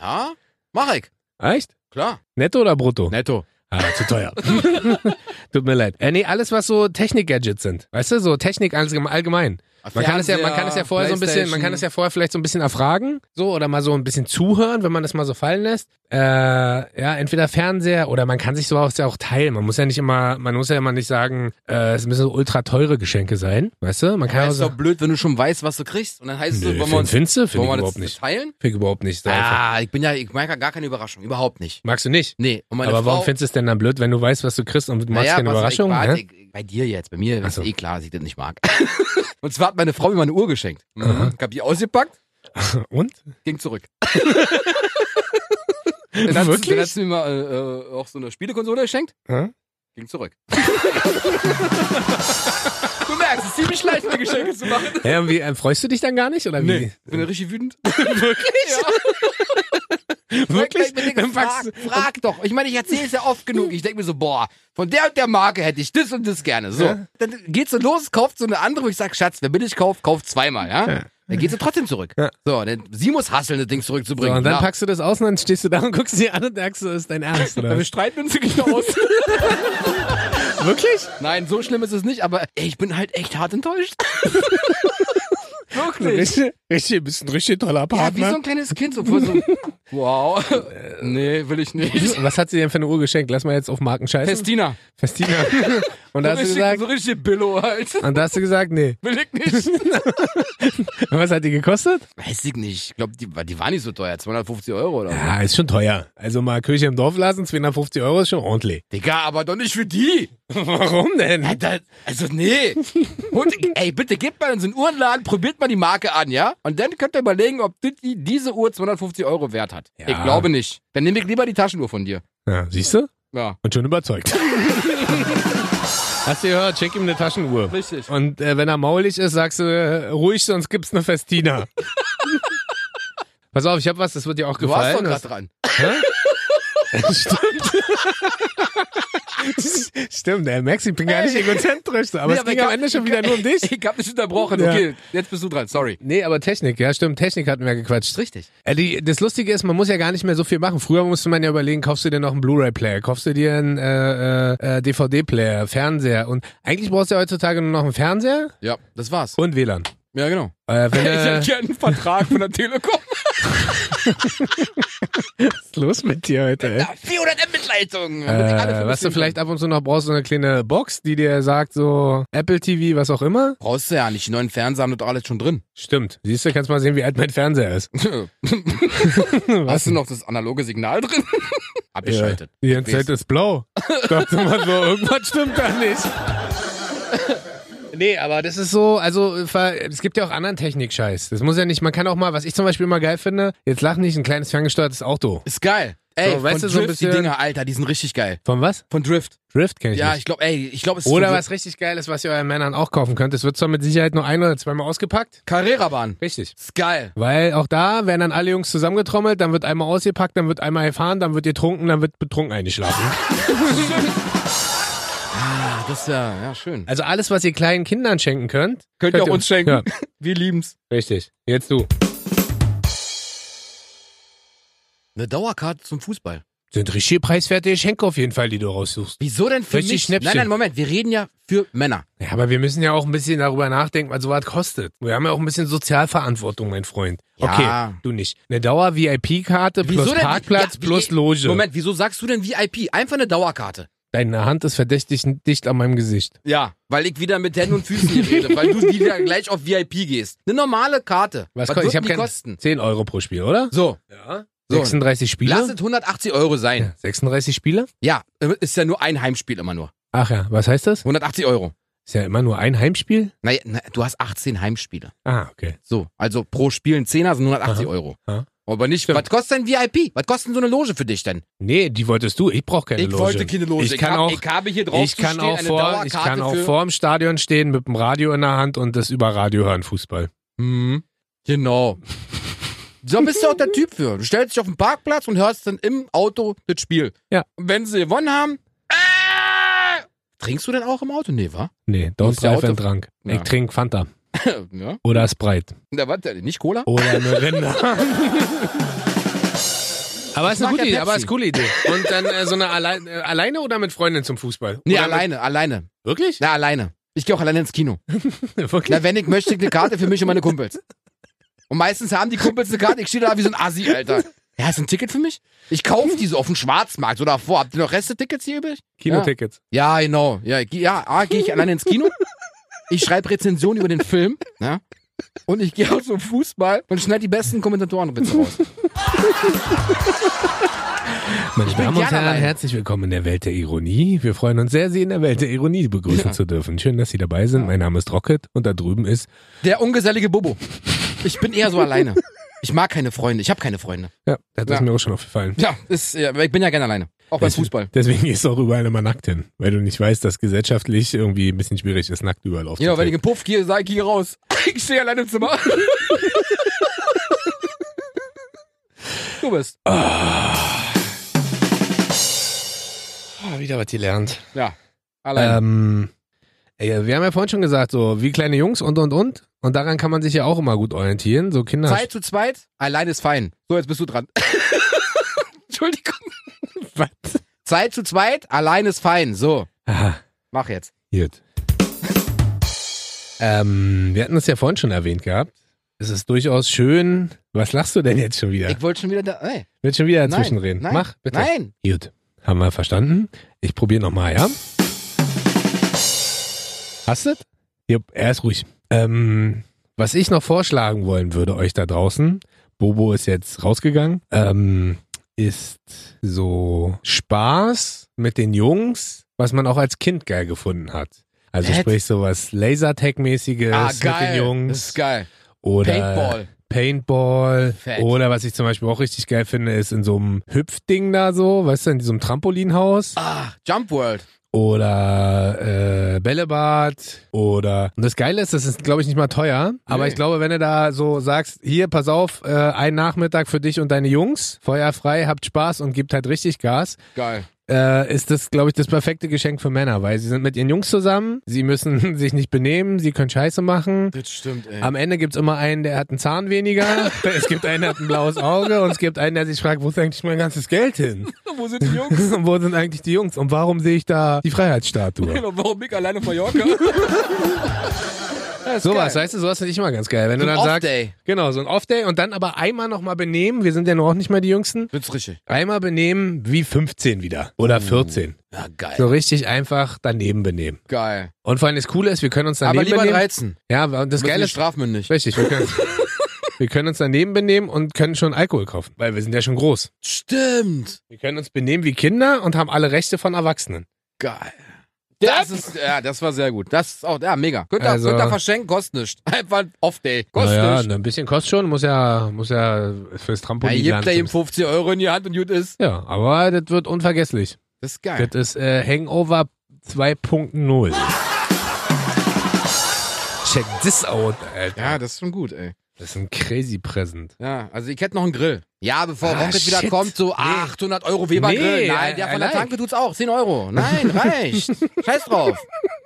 [SPEAKER 2] Ja. Mach ich.
[SPEAKER 1] Echt?
[SPEAKER 2] Klar.
[SPEAKER 1] Netto oder brutto?
[SPEAKER 2] Netto.
[SPEAKER 1] Ah, zu teuer. <laughs> Tut mir leid. Äh, nee, alles, was so Technik-Gadgets sind. Weißt du, so Technik allgem- allgemein. Man kann, es ja, man kann es ja vorher so ein bisschen, man kann es ja vorher vielleicht so ein bisschen erfragen, so oder mal so ein bisschen zuhören, wenn man das mal so fallen lässt. Äh, ja, entweder Fernseher oder man kann sich sowas ja auch teilen. Man muss ja nicht immer, man muss ja immer nicht sagen, äh, es müssen so ultra teure Geschenke sein, weißt du? Man kann ja
[SPEAKER 2] Ja,
[SPEAKER 1] auch
[SPEAKER 2] ist doch
[SPEAKER 1] sagen,
[SPEAKER 2] blöd, wenn du schon weißt, was du kriegst. Und dann heißt es so,
[SPEAKER 1] nö,
[SPEAKER 2] wollen wir
[SPEAKER 1] fin-
[SPEAKER 2] uns,
[SPEAKER 1] findest du? Finde
[SPEAKER 2] wollen
[SPEAKER 1] ich
[SPEAKER 2] wir
[SPEAKER 1] überhaupt
[SPEAKER 2] das
[SPEAKER 1] nicht.
[SPEAKER 2] teilen?
[SPEAKER 1] Finde ich überhaupt nicht. So einfach.
[SPEAKER 2] Ah, ich bin ja, ich mag ja gar keine Überraschung. Überhaupt nicht.
[SPEAKER 1] Magst du nicht?
[SPEAKER 2] Nee. Und meine
[SPEAKER 1] Aber
[SPEAKER 2] Frau,
[SPEAKER 1] warum findest du es denn dann blöd, wenn du weißt, was du kriegst und du machst
[SPEAKER 2] Naja,
[SPEAKER 1] keine
[SPEAKER 2] pass auf,
[SPEAKER 1] Überraschung?
[SPEAKER 2] Ich
[SPEAKER 1] hä?
[SPEAKER 2] warte, ich- bei dir jetzt, bei mir
[SPEAKER 1] Ach
[SPEAKER 2] ist
[SPEAKER 1] so.
[SPEAKER 2] eh klar, dass ich das nicht mag. <laughs> und zwar hat meine Frau mir mal eine Uhr geschenkt. Mhm.
[SPEAKER 1] Aha.
[SPEAKER 2] Ich hab die ausgepackt,
[SPEAKER 1] Und? <laughs>
[SPEAKER 2] ging zurück. Dann hat,
[SPEAKER 1] Wirklich?
[SPEAKER 2] Dann hat sie mir mal äh, äh, auch so eine Spielekonsole geschenkt,
[SPEAKER 1] Hä? <laughs>
[SPEAKER 2] ging zurück. du merkst, es ist ziemlich leicht, mir Geschenke zu machen.
[SPEAKER 1] Ja, und wie, äh, freust du dich dann gar nicht? Oder wie?
[SPEAKER 2] Ich bin ja richtig wütend. <laughs> Wirklich?
[SPEAKER 1] <laughs> Wirklich?
[SPEAKER 2] Ja.
[SPEAKER 1] Dann
[SPEAKER 2] Dann
[SPEAKER 1] packst
[SPEAKER 2] frag,
[SPEAKER 1] du.
[SPEAKER 2] frag doch. Ich meine, ich erzähle es ja oft genug. Ich denke mir so, boah, von der und der Marke hätte ich das und das gerne. So.
[SPEAKER 1] Ja.
[SPEAKER 2] Dann geht so los, kauft so eine andere, wo ich sag, Schatz, wer billig kauft, kauft zweimal, ja?
[SPEAKER 1] Ja.
[SPEAKER 2] Dann geht sie trotzdem zurück.
[SPEAKER 1] Ja.
[SPEAKER 2] So, denn sie muss hasseln, das Ding
[SPEAKER 1] So,
[SPEAKER 2] zurückzubringen.
[SPEAKER 1] und dann
[SPEAKER 2] Na,
[SPEAKER 1] packst du das aus und dann stehst du da und guckst dir an und merkst, das ist dein Ernst, oder?
[SPEAKER 2] wir streiten uns wirklich noch aus.
[SPEAKER 1] Wirklich?
[SPEAKER 2] <laughs> Nein, so schlimm ist es nicht, aber ey, ich bin halt echt hart enttäuscht. <laughs> wirklich.
[SPEAKER 1] <laughs> Richtig, richtig, bist ein richtig toller
[SPEAKER 2] Ja, wie so
[SPEAKER 1] Partner.
[SPEAKER 2] ein kleines Kind, so, voll so <laughs> wow. nee, will ich nicht.
[SPEAKER 1] Was hat sie denn für eine Uhr geschenkt? Lass mal jetzt auf Marken scheißen.
[SPEAKER 2] Festina.
[SPEAKER 1] Festina.
[SPEAKER 2] <laughs>
[SPEAKER 1] Und da hast du
[SPEAKER 2] richtig,
[SPEAKER 1] gesagt,
[SPEAKER 2] so richtig Billo halt.
[SPEAKER 1] und da hast du gesagt, nee.
[SPEAKER 2] <laughs> Will ich nicht.
[SPEAKER 1] Und was hat die gekostet?
[SPEAKER 2] <laughs> Weiß ich nicht. Ich glaube, die, war- die war nicht so teuer. 250 Euro oder so.
[SPEAKER 1] Ja, ist schon teuer. Also mal Kirche im Dorf lassen, 250 Euro ist schon ordentlich.
[SPEAKER 2] Digga, aber doch nicht für die.
[SPEAKER 1] <laughs> Warum denn?
[SPEAKER 2] Alter, also nee. <laughs> Und, ey, bitte gebt mal in so einen Uhrenladen, probiert mal die Marke an, ja? Und dann könnt ihr überlegen, ob dit- die, diese Uhr 250 Euro wert hat.
[SPEAKER 1] Ja.
[SPEAKER 2] Ich glaube nicht. Dann nehme ich lieber die Taschenuhr von dir.
[SPEAKER 1] Ja, siehst du?
[SPEAKER 2] Ja.
[SPEAKER 1] Und schon überzeugt. <laughs> Hast du gehört, schenk ihm eine Taschenuhr.
[SPEAKER 2] Richtig.
[SPEAKER 1] Und äh, wenn er maulig ist, sagst du, äh, ruhig, sonst gibt's eine Festina. Pass auf, ich hab was, das wird dir auch
[SPEAKER 2] Du warst doch
[SPEAKER 1] gefallen.
[SPEAKER 2] grad dran. <laughs>
[SPEAKER 1] <laughs> Was- Stimmt. <laughs> Stimmt, ey, Max, ich bin gar nicht egozentrisch, so, aber
[SPEAKER 2] Nee,
[SPEAKER 1] es ging
[SPEAKER 2] ich
[SPEAKER 1] am
[SPEAKER 2] hab-
[SPEAKER 1] Ende schon
[SPEAKER 2] ich-
[SPEAKER 1] wieder nur um
[SPEAKER 2] <laughs>
[SPEAKER 1] dich.
[SPEAKER 2] Ich hab dich unterbrochen.
[SPEAKER 1] Ja.
[SPEAKER 2] Okay, jetzt bist du dran. Sorry.
[SPEAKER 1] Nee, aber Technik, ja stimmt, Technik hatten wir gequatscht.
[SPEAKER 2] Richtig.
[SPEAKER 1] Äh, die, das Lustige ist, man muss ja gar nicht mehr so viel machen. Früher musste man ja überlegen, kaufst du dir noch einen Blu-ray-Player, kaufst du dir einen äh, äh, äh, DVD-Player, Fernseher und eigentlich brauchst du ja heutzutage nur noch einen Fernseher
[SPEAKER 2] Ja, das war's.
[SPEAKER 1] und WLAN.
[SPEAKER 2] Ja, genau.
[SPEAKER 1] Äh, wenn,
[SPEAKER 2] <laughs> ich
[SPEAKER 1] äh,
[SPEAKER 2] hätte gerne einen Vertrag von
[SPEAKER 1] <laughs>
[SPEAKER 2] der Telekom.
[SPEAKER 1] was ist los mit dir heute? Ey?
[SPEAKER 2] 400 Mbit-Leitung.
[SPEAKER 1] Äh, was du vielleicht ab und zu noch brauchst, so eine kleine Box, die dir sagt, so Apple TV, was auch immer.
[SPEAKER 2] Brauchst du ja nicht. Die neuen Fernseher haben das alles schon drin.
[SPEAKER 1] Stimmt. Siehst du, kannst mal sehen, wie alt mein Fernseher ist.
[SPEAKER 2] Hast du noch das analoge
[SPEAKER 1] <laughs>
[SPEAKER 2] Signal drin? Abgeschaltet.
[SPEAKER 1] Die ganze Zeit ist blau. Ich dachte mal so, irgendwas stimmt da nicht. <laughs> Nee, aber das ist so, also äh, ver- es gibt ja auch anderen Technikscheiß. Das muss ja nicht, man kann auch mal, was ich zum Beispiel immer geil finde, jetzt lach nicht, ein kleines ferngesteuertes Auto.
[SPEAKER 2] Ist geil. Ey,
[SPEAKER 1] So, weißt du,
[SPEAKER 2] von Drift,
[SPEAKER 1] so ein bisschen-
[SPEAKER 2] die Dinger, Alter, die sind richtig geil.
[SPEAKER 1] Von was?
[SPEAKER 2] Von Drift.
[SPEAKER 1] Drift kenn ich
[SPEAKER 2] Ja,
[SPEAKER 1] nicht.
[SPEAKER 2] ich glaube, ey, ich glaube, es ist
[SPEAKER 1] Oder
[SPEAKER 2] von
[SPEAKER 1] was richtig Geiles, was ihr euren Männern auch kaufen könnt. Es wird zwar mit Sicherheit nur ein oder zweimal ausgepackt.
[SPEAKER 2] Carrera-Bahn.
[SPEAKER 1] Richtig.
[SPEAKER 2] Ist geil.
[SPEAKER 1] Weil auch da werden dann alle Jungs zusammengetrommelt, dann wird einmal
[SPEAKER 2] <laughs>
[SPEAKER 1] ausgepackt, dann wird einmal gefahren, dann wird getrunken, dann wird betrunken eingeschlafen.
[SPEAKER 2] Ah, das ist ja, ja schön.
[SPEAKER 1] Also alles, was ihr kleinen Kindern schenken könnt,
[SPEAKER 2] Könnt ihr auch uns schenken.
[SPEAKER 1] Ja,
[SPEAKER 2] <laughs> Wir lieben's.
[SPEAKER 1] richtig. Jetzt du.
[SPEAKER 2] Eine Dauerkarte zum Fußball.
[SPEAKER 1] Sind richtig preiswerte Geschenke auf jeden Fall, die du raussuchst.
[SPEAKER 2] Wieso denn für
[SPEAKER 1] Richtig
[SPEAKER 2] mich?
[SPEAKER 1] Schnäppchen.
[SPEAKER 2] Nein, nein, Moment. Wir reden ja für Männer.
[SPEAKER 1] Ja, aber wir müssen ja auch ein bisschen darüber nachdenken, was sowas kostet. Wir haben ja auch ein bisschen Sozialverantwortung, mein Freund.
[SPEAKER 2] Ja.
[SPEAKER 1] Okay, du nicht. Eine Dauer-VIP-Karte plus
[SPEAKER 2] denn?
[SPEAKER 1] Parkplatz
[SPEAKER 2] Ja, wie-
[SPEAKER 1] plus Loge.
[SPEAKER 2] Moment, wieso sagst du denn VIP? Einfach eine Dauerkarte.
[SPEAKER 1] Deine Hand ist verdächtig dicht an meinem Gesicht.
[SPEAKER 2] Ja, weil ich wieder mit Händen und Füßen hier rede, weil du
[SPEAKER 1] <laughs>
[SPEAKER 2] wieder gleich auf VIP gehst. Eine normale Karte.
[SPEAKER 1] Was,
[SPEAKER 2] wird
[SPEAKER 1] kostet? ich hab
[SPEAKER 2] die
[SPEAKER 1] kein-
[SPEAKER 2] kosten?
[SPEAKER 1] 10 Euro pro Spiel, oder?
[SPEAKER 2] So,
[SPEAKER 1] Ja.
[SPEAKER 2] So.
[SPEAKER 1] 36 Spiele?
[SPEAKER 2] lass es 180 Euro sein.
[SPEAKER 1] 36 Spiele?
[SPEAKER 2] Ja, äh, ist ja nur ein Heimspiel immer nur.
[SPEAKER 1] Ach ja, was heißt das?
[SPEAKER 2] 180 Euro.
[SPEAKER 1] Ist ja immer nur ein Heimspiel?
[SPEAKER 2] Naja, na, du hast 18 Heimspiele.
[SPEAKER 1] Ah, okay.
[SPEAKER 2] So, also pro Spiel ein Zehner sind 180
[SPEAKER 1] Aha.
[SPEAKER 2] Euro.
[SPEAKER 1] Aha.
[SPEAKER 2] Aber nicht,
[SPEAKER 1] Stimmt.
[SPEAKER 2] was kostet denn VIP? Was kostet denn so eine Loge für dich denn?
[SPEAKER 1] Nee, die wolltest du. Ich brauche keine Loge. Ich kann
[SPEAKER 2] hab- eh
[SPEAKER 1] auch,
[SPEAKER 2] habe hier
[SPEAKER 1] ich kann auch, vor, ich kann auch vor dem Stadion stehen mit dem Radio in der Hand und das über Radio hören, Fußball.
[SPEAKER 2] Hm, genau. So bist du auch der Typ für. Du stellst dich auf den Parkplatz und hörst dann im Auto das Spiel.
[SPEAKER 1] Ja.
[SPEAKER 2] Und wenn sie gewonnen haben, äh, trinkst du denn auch im Auto? Nee,
[SPEAKER 1] <laughs>
[SPEAKER 2] wa?
[SPEAKER 1] Nee,
[SPEAKER 2] Muss
[SPEAKER 1] don't
[SPEAKER 2] ja
[SPEAKER 1] drive
[SPEAKER 2] Auto-
[SPEAKER 1] and drunk.
[SPEAKER 2] Ja.
[SPEAKER 1] Ich trinke Fanta
[SPEAKER 2] ja.
[SPEAKER 1] oder Sprite
[SPEAKER 2] Na, warte, nicht Cola?
[SPEAKER 1] oder
[SPEAKER 2] <laughs>
[SPEAKER 1] eine Rinder. Aber ist
[SPEAKER 2] mag
[SPEAKER 1] eine gute
[SPEAKER 2] ja
[SPEAKER 1] Idee, aber ist
[SPEAKER 2] Pepsi.
[SPEAKER 1] eine coole Idee. Und dann äh, so eine allein, äh, alleine oder mit Freundin zum Fußball?
[SPEAKER 2] Nee,
[SPEAKER 1] oder
[SPEAKER 2] alleine, alleine.
[SPEAKER 1] Mit, wirklich? <laughs>
[SPEAKER 2] Na, alleine. Ich gehe auch alleine ins Kino.
[SPEAKER 1] wirklich?
[SPEAKER 2] Na, wenn ich möchte, ich eine Karte für mich und meine Kumpels. Und meistens haben die Kumpels eine Karte. Ich stehe da wie so ein Assi, Alter. Ja, ist ein Ticket für mich? Ich kaufe die so auf dem Schwarzmarkt oder vor. Habt ihr noch Reste-Tickets hier übrig?
[SPEAKER 1] Kinotickets.
[SPEAKER 2] Ja, genau. Ja, ich geh- ja A, gehe ich alleine ins Kino. Ich schreibe Rezensionen über den Film. Ja? Und ich gehe auch zum Fußball und schneide die besten Kommentatorenwitze raus.
[SPEAKER 1] Meine
[SPEAKER 2] bin
[SPEAKER 1] Damen und
[SPEAKER 2] gerne
[SPEAKER 1] Herren,
[SPEAKER 2] allein.
[SPEAKER 1] herzlich willkommen in der Welt der Ironie. Wir freuen uns sehr, Sie in der Welt der Ironie begrüßen
[SPEAKER 2] Ja.
[SPEAKER 1] zu dürfen. Schön, dass Sie dabei sind. Mein Name ist Rocket und da drüben ist.
[SPEAKER 2] Der ungesellige Bobo. Ich bin eher so alleine. Ich mag keine Freunde. Ich habe keine Freunde.
[SPEAKER 1] Ja, das ist
[SPEAKER 2] Ja.
[SPEAKER 1] mir auch schon aufgefallen.
[SPEAKER 2] Ja, ist, ja, ich bin ja gerne alleine. Auch beim Fußball.
[SPEAKER 1] Deswegen gehst du auch überall immer nackt hin, weil du nicht weißt, dass gesellschaftlich irgendwie ein bisschen schwierig ist, nackt überall aufzutreten.
[SPEAKER 2] Ja, wenn ich im Puff gehe, sage ich hier raus. <laughs> Ich stehe alleine im Zimmer. Du bist.
[SPEAKER 1] Ah, wieder was gelernt.
[SPEAKER 2] Ja, alleine.
[SPEAKER 1] Ähm, ey, wir haben ja vorhin schon gesagt, so wie kleine Jungs und und und. Und daran kann man sich ja auch immer gut orientieren. So Kinder.
[SPEAKER 2] Zeit zu zweit, alleine ist fein. So, jetzt bist du dran. <laughs> Entschuldigung.
[SPEAKER 1] Was?
[SPEAKER 2] Zeit zu zweit, allein ist fein. So,
[SPEAKER 1] Aha,
[SPEAKER 2] mach jetzt.
[SPEAKER 1] gut. Ähm, wir hatten das ja vorhin schon erwähnt gehabt. Es ist durchaus schön. Was lachst du denn jetzt schon wieder?
[SPEAKER 2] Ich wollte schon wieder da. Nee,
[SPEAKER 1] Willst schon wieder
[SPEAKER 2] nein,
[SPEAKER 1] dazwischen reden?
[SPEAKER 2] Nein,
[SPEAKER 1] Mach, bitte.
[SPEAKER 2] Nein.
[SPEAKER 1] Gut, haben wir verstanden. Ich probiere nochmal, ja? Hast du's? Ja, er ist ruhig. Ähm, was ich noch vorschlagen wollen würde euch da draußen, Bobo ist jetzt rausgegangen, ähm, ist so Spaß mit den Jungs, was man auch als Kind geil gefunden hat. Also
[SPEAKER 2] Hä?
[SPEAKER 1] sprich sowas Lasertag-mäßiges
[SPEAKER 2] Ah,
[SPEAKER 1] mit den
[SPEAKER 2] geil.
[SPEAKER 1] Jungs
[SPEAKER 2] Das ist geil.
[SPEAKER 1] oder
[SPEAKER 2] Paintball.
[SPEAKER 1] Paintball
[SPEAKER 2] Fett.
[SPEAKER 1] oder was ich zum Beispiel auch richtig geil finde, ist in so einem Hüpfding da so, weißt du, in diesem Trampolinhaus
[SPEAKER 2] Ah, Jump World.
[SPEAKER 1] oder äh, Bällebad oder und das Geile ist, das ist glaube ich nicht mal teuer, aber
[SPEAKER 2] Nee.
[SPEAKER 1] ich glaube, wenn du da so sagst, hier pass auf, äh, ein Nachmittag für dich und deine Jungs, Feuer frei, habt Spaß und gibt halt richtig Gas,
[SPEAKER 2] Geil.
[SPEAKER 1] äh, ist das, glaube ich, das perfekte Geschenk für Männer, weil sie sind mit ihren Jungs zusammen, sie müssen <laughs> sich nicht benehmen, sie können Scheiße machen,
[SPEAKER 2] Das stimmt, ey.
[SPEAKER 1] am Ende gibt's immer einen, der hat einen Zahn
[SPEAKER 2] <laughs>
[SPEAKER 1] weniger, es gibt einen, der hat ein blaues Auge und es gibt einen, der sich fragt, wo ist eigentlich mein ganzes Geld hin? <laughs>
[SPEAKER 2] Wo sind die Jungs?
[SPEAKER 1] wo sind eigentlich die Jungs und warum sehe ich da die Freiheitsstatue?
[SPEAKER 2] Genau, Warum ich alleine auf Mallorca? Das ist
[SPEAKER 1] Sowas,
[SPEAKER 2] geil.
[SPEAKER 1] weißt du, sowas finde ich immer ganz geil. Wenn
[SPEAKER 2] So
[SPEAKER 1] du
[SPEAKER 2] ein
[SPEAKER 1] dann sagst,
[SPEAKER 2] Off-Day.
[SPEAKER 1] genau, so ein Off-Day und dann aber einmal nochmal benehmen, wir sind ja nur auch nicht mehr die Jüngsten,
[SPEAKER 2] <laughs> Das ist richtig.
[SPEAKER 1] einmal benehmen wie 15 wieder oder 14.
[SPEAKER 2] Mhm. Ja, geil.
[SPEAKER 1] So richtig einfach daneben benehmen.
[SPEAKER 2] Geil.
[SPEAKER 1] Und vor allem das Coole ist, wir können uns daneben
[SPEAKER 2] Aber lieber
[SPEAKER 1] benehmen.
[SPEAKER 2] 13.
[SPEAKER 1] ja, und das
[SPEAKER 2] Das Geile
[SPEAKER 1] Geile
[SPEAKER 2] ist
[SPEAKER 1] ist,
[SPEAKER 2] strafmündig.
[SPEAKER 1] richtig, wir
[SPEAKER 2] <laughs>
[SPEAKER 1] können, wir können uns daneben benehmen und können schon Alkohol kaufen, weil wir sind ja schon groß.
[SPEAKER 2] Stimmt.
[SPEAKER 1] Wir können uns benehmen wie Kinder und haben alle Rechte von Erwachsenen.
[SPEAKER 2] Geil. Das ist, ja, das war sehr gut. Das ist auch, ja, mega. Könnt ihr,
[SPEAKER 1] Also-
[SPEAKER 2] könnt ihr verschenken, kostet nichts. <laughs> Einfach ein Off-Day. Kostet
[SPEAKER 1] Naja,
[SPEAKER 2] nichts.
[SPEAKER 1] ne, ein bisschen kostet schon, muss ja, muss ja fürs
[SPEAKER 2] Ja,
[SPEAKER 1] Trampolin
[SPEAKER 2] ihr gebt ihm
[SPEAKER 1] landen.
[SPEAKER 2] 50 Euro in die Hand und gut ist.
[SPEAKER 1] Ja, aber das wird unvergesslich.
[SPEAKER 2] Das ist geil.
[SPEAKER 1] Das ist äh, Hangover 2.0. Check this out, Alter.
[SPEAKER 2] Ja, das ist schon gut, ey.
[SPEAKER 1] Das ist ein crazy Present.
[SPEAKER 2] Ja, also ich hätte noch einen Grill. Ja, bevor
[SPEAKER 1] Ah,
[SPEAKER 2] Rocket wieder
[SPEAKER 1] shit.
[SPEAKER 2] kommt, so
[SPEAKER 1] Nee.
[SPEAKER 2] 800 Euro Weber-Grill.
[SPEAKER 1] Nee,
[SPEAKER 2] Nein,
[SPEAKER 1] I-
[SPEAKER 2] der
[SPEAKER 1] I
[SPEAKER 2] von der
[SPEAKER 1] like.
[SPEAKER 2] Tanke tut's auch. 10 Euro.
[SPEAKER 1] <laughs>
[SPEAKER 2] Nein, reicht. Scheiß drauf.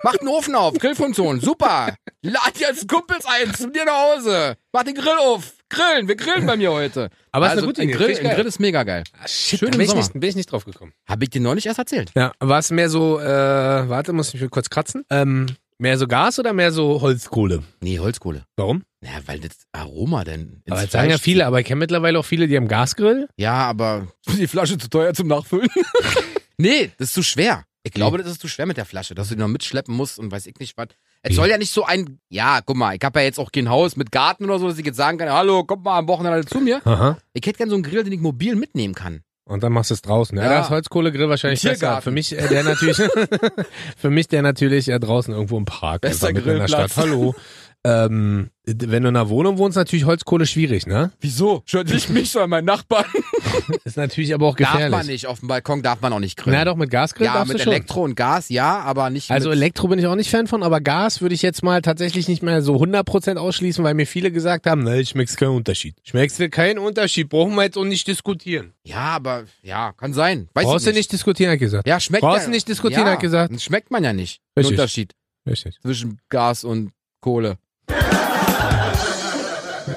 [SPEAKER 2] Macht einen Ofen auf. Grillfunktion. Super. Lad dir als Kumpels ein zu dir nach Hause. Mach den Grill auf. Grillen. Wir grillen bei mir heute.
[SPEAKER 1] Aber ist eine
[SPEAKER 2] also,
[SPEAKER 1] gute
[SPEAKER 2] ein
[SPEAKER 1] Idee.
[SPEAKER 2] Grill,
[SPEAKER 1] Finde ich
[SPEAKER 2] ein
[SPEAKER 1] geil.
[SPEAKER 2] Grill ist mega geil.
[SPEAKER 1] Ah, shit, da
[SPEAKER 2] Schön im
[SPEAKER 1] bin ich,
[SPEAKER 2] Sommer.
[SPEAKER 1] nicht, bin ich nicht drauf gekommen.
[SPEAKER 2] Hab ich dir neulich erst erzählt.
[SPEAKER 1] Ja, war es mehr so, äh, warte, muss ich mich kurz kratzen. Ähm, mehr so Gas oder mehr so Holzkohle?
[SPEAKER 2] Nee, Holzkohle.
[SPEAKER 1] Warum?
[SPEAKER 2] Naja, weil das Aroma denn ins
[SPEAKER 1] Aber jetzt sagen ja
[SPEAKER 2] Fleisch
[SPEAKER 1] viele, aber ich kenne mittlerweile auch viele, die haben Gasgrill.
[SPEAKER 2] Ja, aber <laughs> die Flasche zu teuer zum Nachfüllen. <laughs> nee, das ist zu schwer. Ich glaube, das ist zu schwer mit der Flasche, dass du die noch mitschleppen musst und weiß ich nicht was. Es
[SPEAKER 1] Wie?
[SPEAKER 2] soll ja nicht so ein, ja, guck mal, ich habe ja jetzt auch kein Haus mit Garten oder so, dass ich jetzt sagen kann, hallo, kommt mal am Wochenende alle zu mir.
[SPEAKER 1] Aha.
[SPEAKER 2] Ich hätte gern so einen Grill, den ich mobil mitnehmen kann.
[SPEAKER 1] Und dann machst du es draußen. Ja,
[SPEAKER 2] Ja.
[SPEAKER 1] da ist Holzkohlegrill wahrscheinlich
[SPEAKER 2] Im
[SPEAKER 1] besser.
[SPEAKER 2] Tiergarten.
[SPEAKER 1] Für mich äh, der natürlich,
[SPEAKER 2] <laughs>
[SPEAKER 1] <laughs> für mich der natürlich äh, draußen irgendwo im Park.
[SPEAKER 2] Bester
[SPEAKER 1] einfach mitten in der
[SPEAKER 2] Grillplatz.
[SPEAKER 1] Stadt. Hallo. Ähm, d- wenn du in einer Wohnung wohnst, natürlich Holzkohle schwierig, ne?
[SPEAKER 2] Wieso? Stört nicht mich, sondern meinen Nachbarn.
[SPEAKER 1] Ist natürlich aber auch
[SPEAKER 2] Darf
[SPEAKER 1] gefährlich.
[SPEAKER 2] man nicht, auf dem Balkon darf man auch nicht grillen.
[SPEAKER 1] Na doch, mit Gasgrill
[SPEAKER 2] ja,
[SPEAKER 1] darfst
[SPEAKER 2] mit
[SPEAKER 1] du schon.
[SPEAKER 2] Elektro und Gas, ja, aber nicht
[SPEAKER 1] also
[SPEAKER 2] mit...
[SPEAKER 1] Elektro bin ich auch nicht Fan von, aber Gas würde ich jetzt mal tatsächlich nicht mehr so 100% ausschließen, weil mir viele gesagt haben, ne, schmeckst keinen Unterschied. Schmeckst du keinen Unterschied, brauchen wir jetzt auch nicht diskutieren.
[SPEAKER 2] Ja, aber, ja, kann sein. Weiß
[SPEAKER 1] Brauchst
[SPEAKER 2] ich
[SPEAKER 1] du nicht diskutieren, hat gesagt.
[SPEAKER 2] Ja, schmeckt
[SPEAKER 1] Brauchst
[SPEAKER 2] ja-
[SPEAKER 1] du nicht diskutieren,
[SPEAKER 2] ja,
[SPEAKER 1] hat gesagt.
[SPEAKER 2] das Schmeckt man ja nicht.
[SPEAKER 1] Richtig.
[SPEAKER 2] Den Unterschied
[SPEAKER 1] Richtig.
[SPEAKER 2] zwischen Gas und Kohle.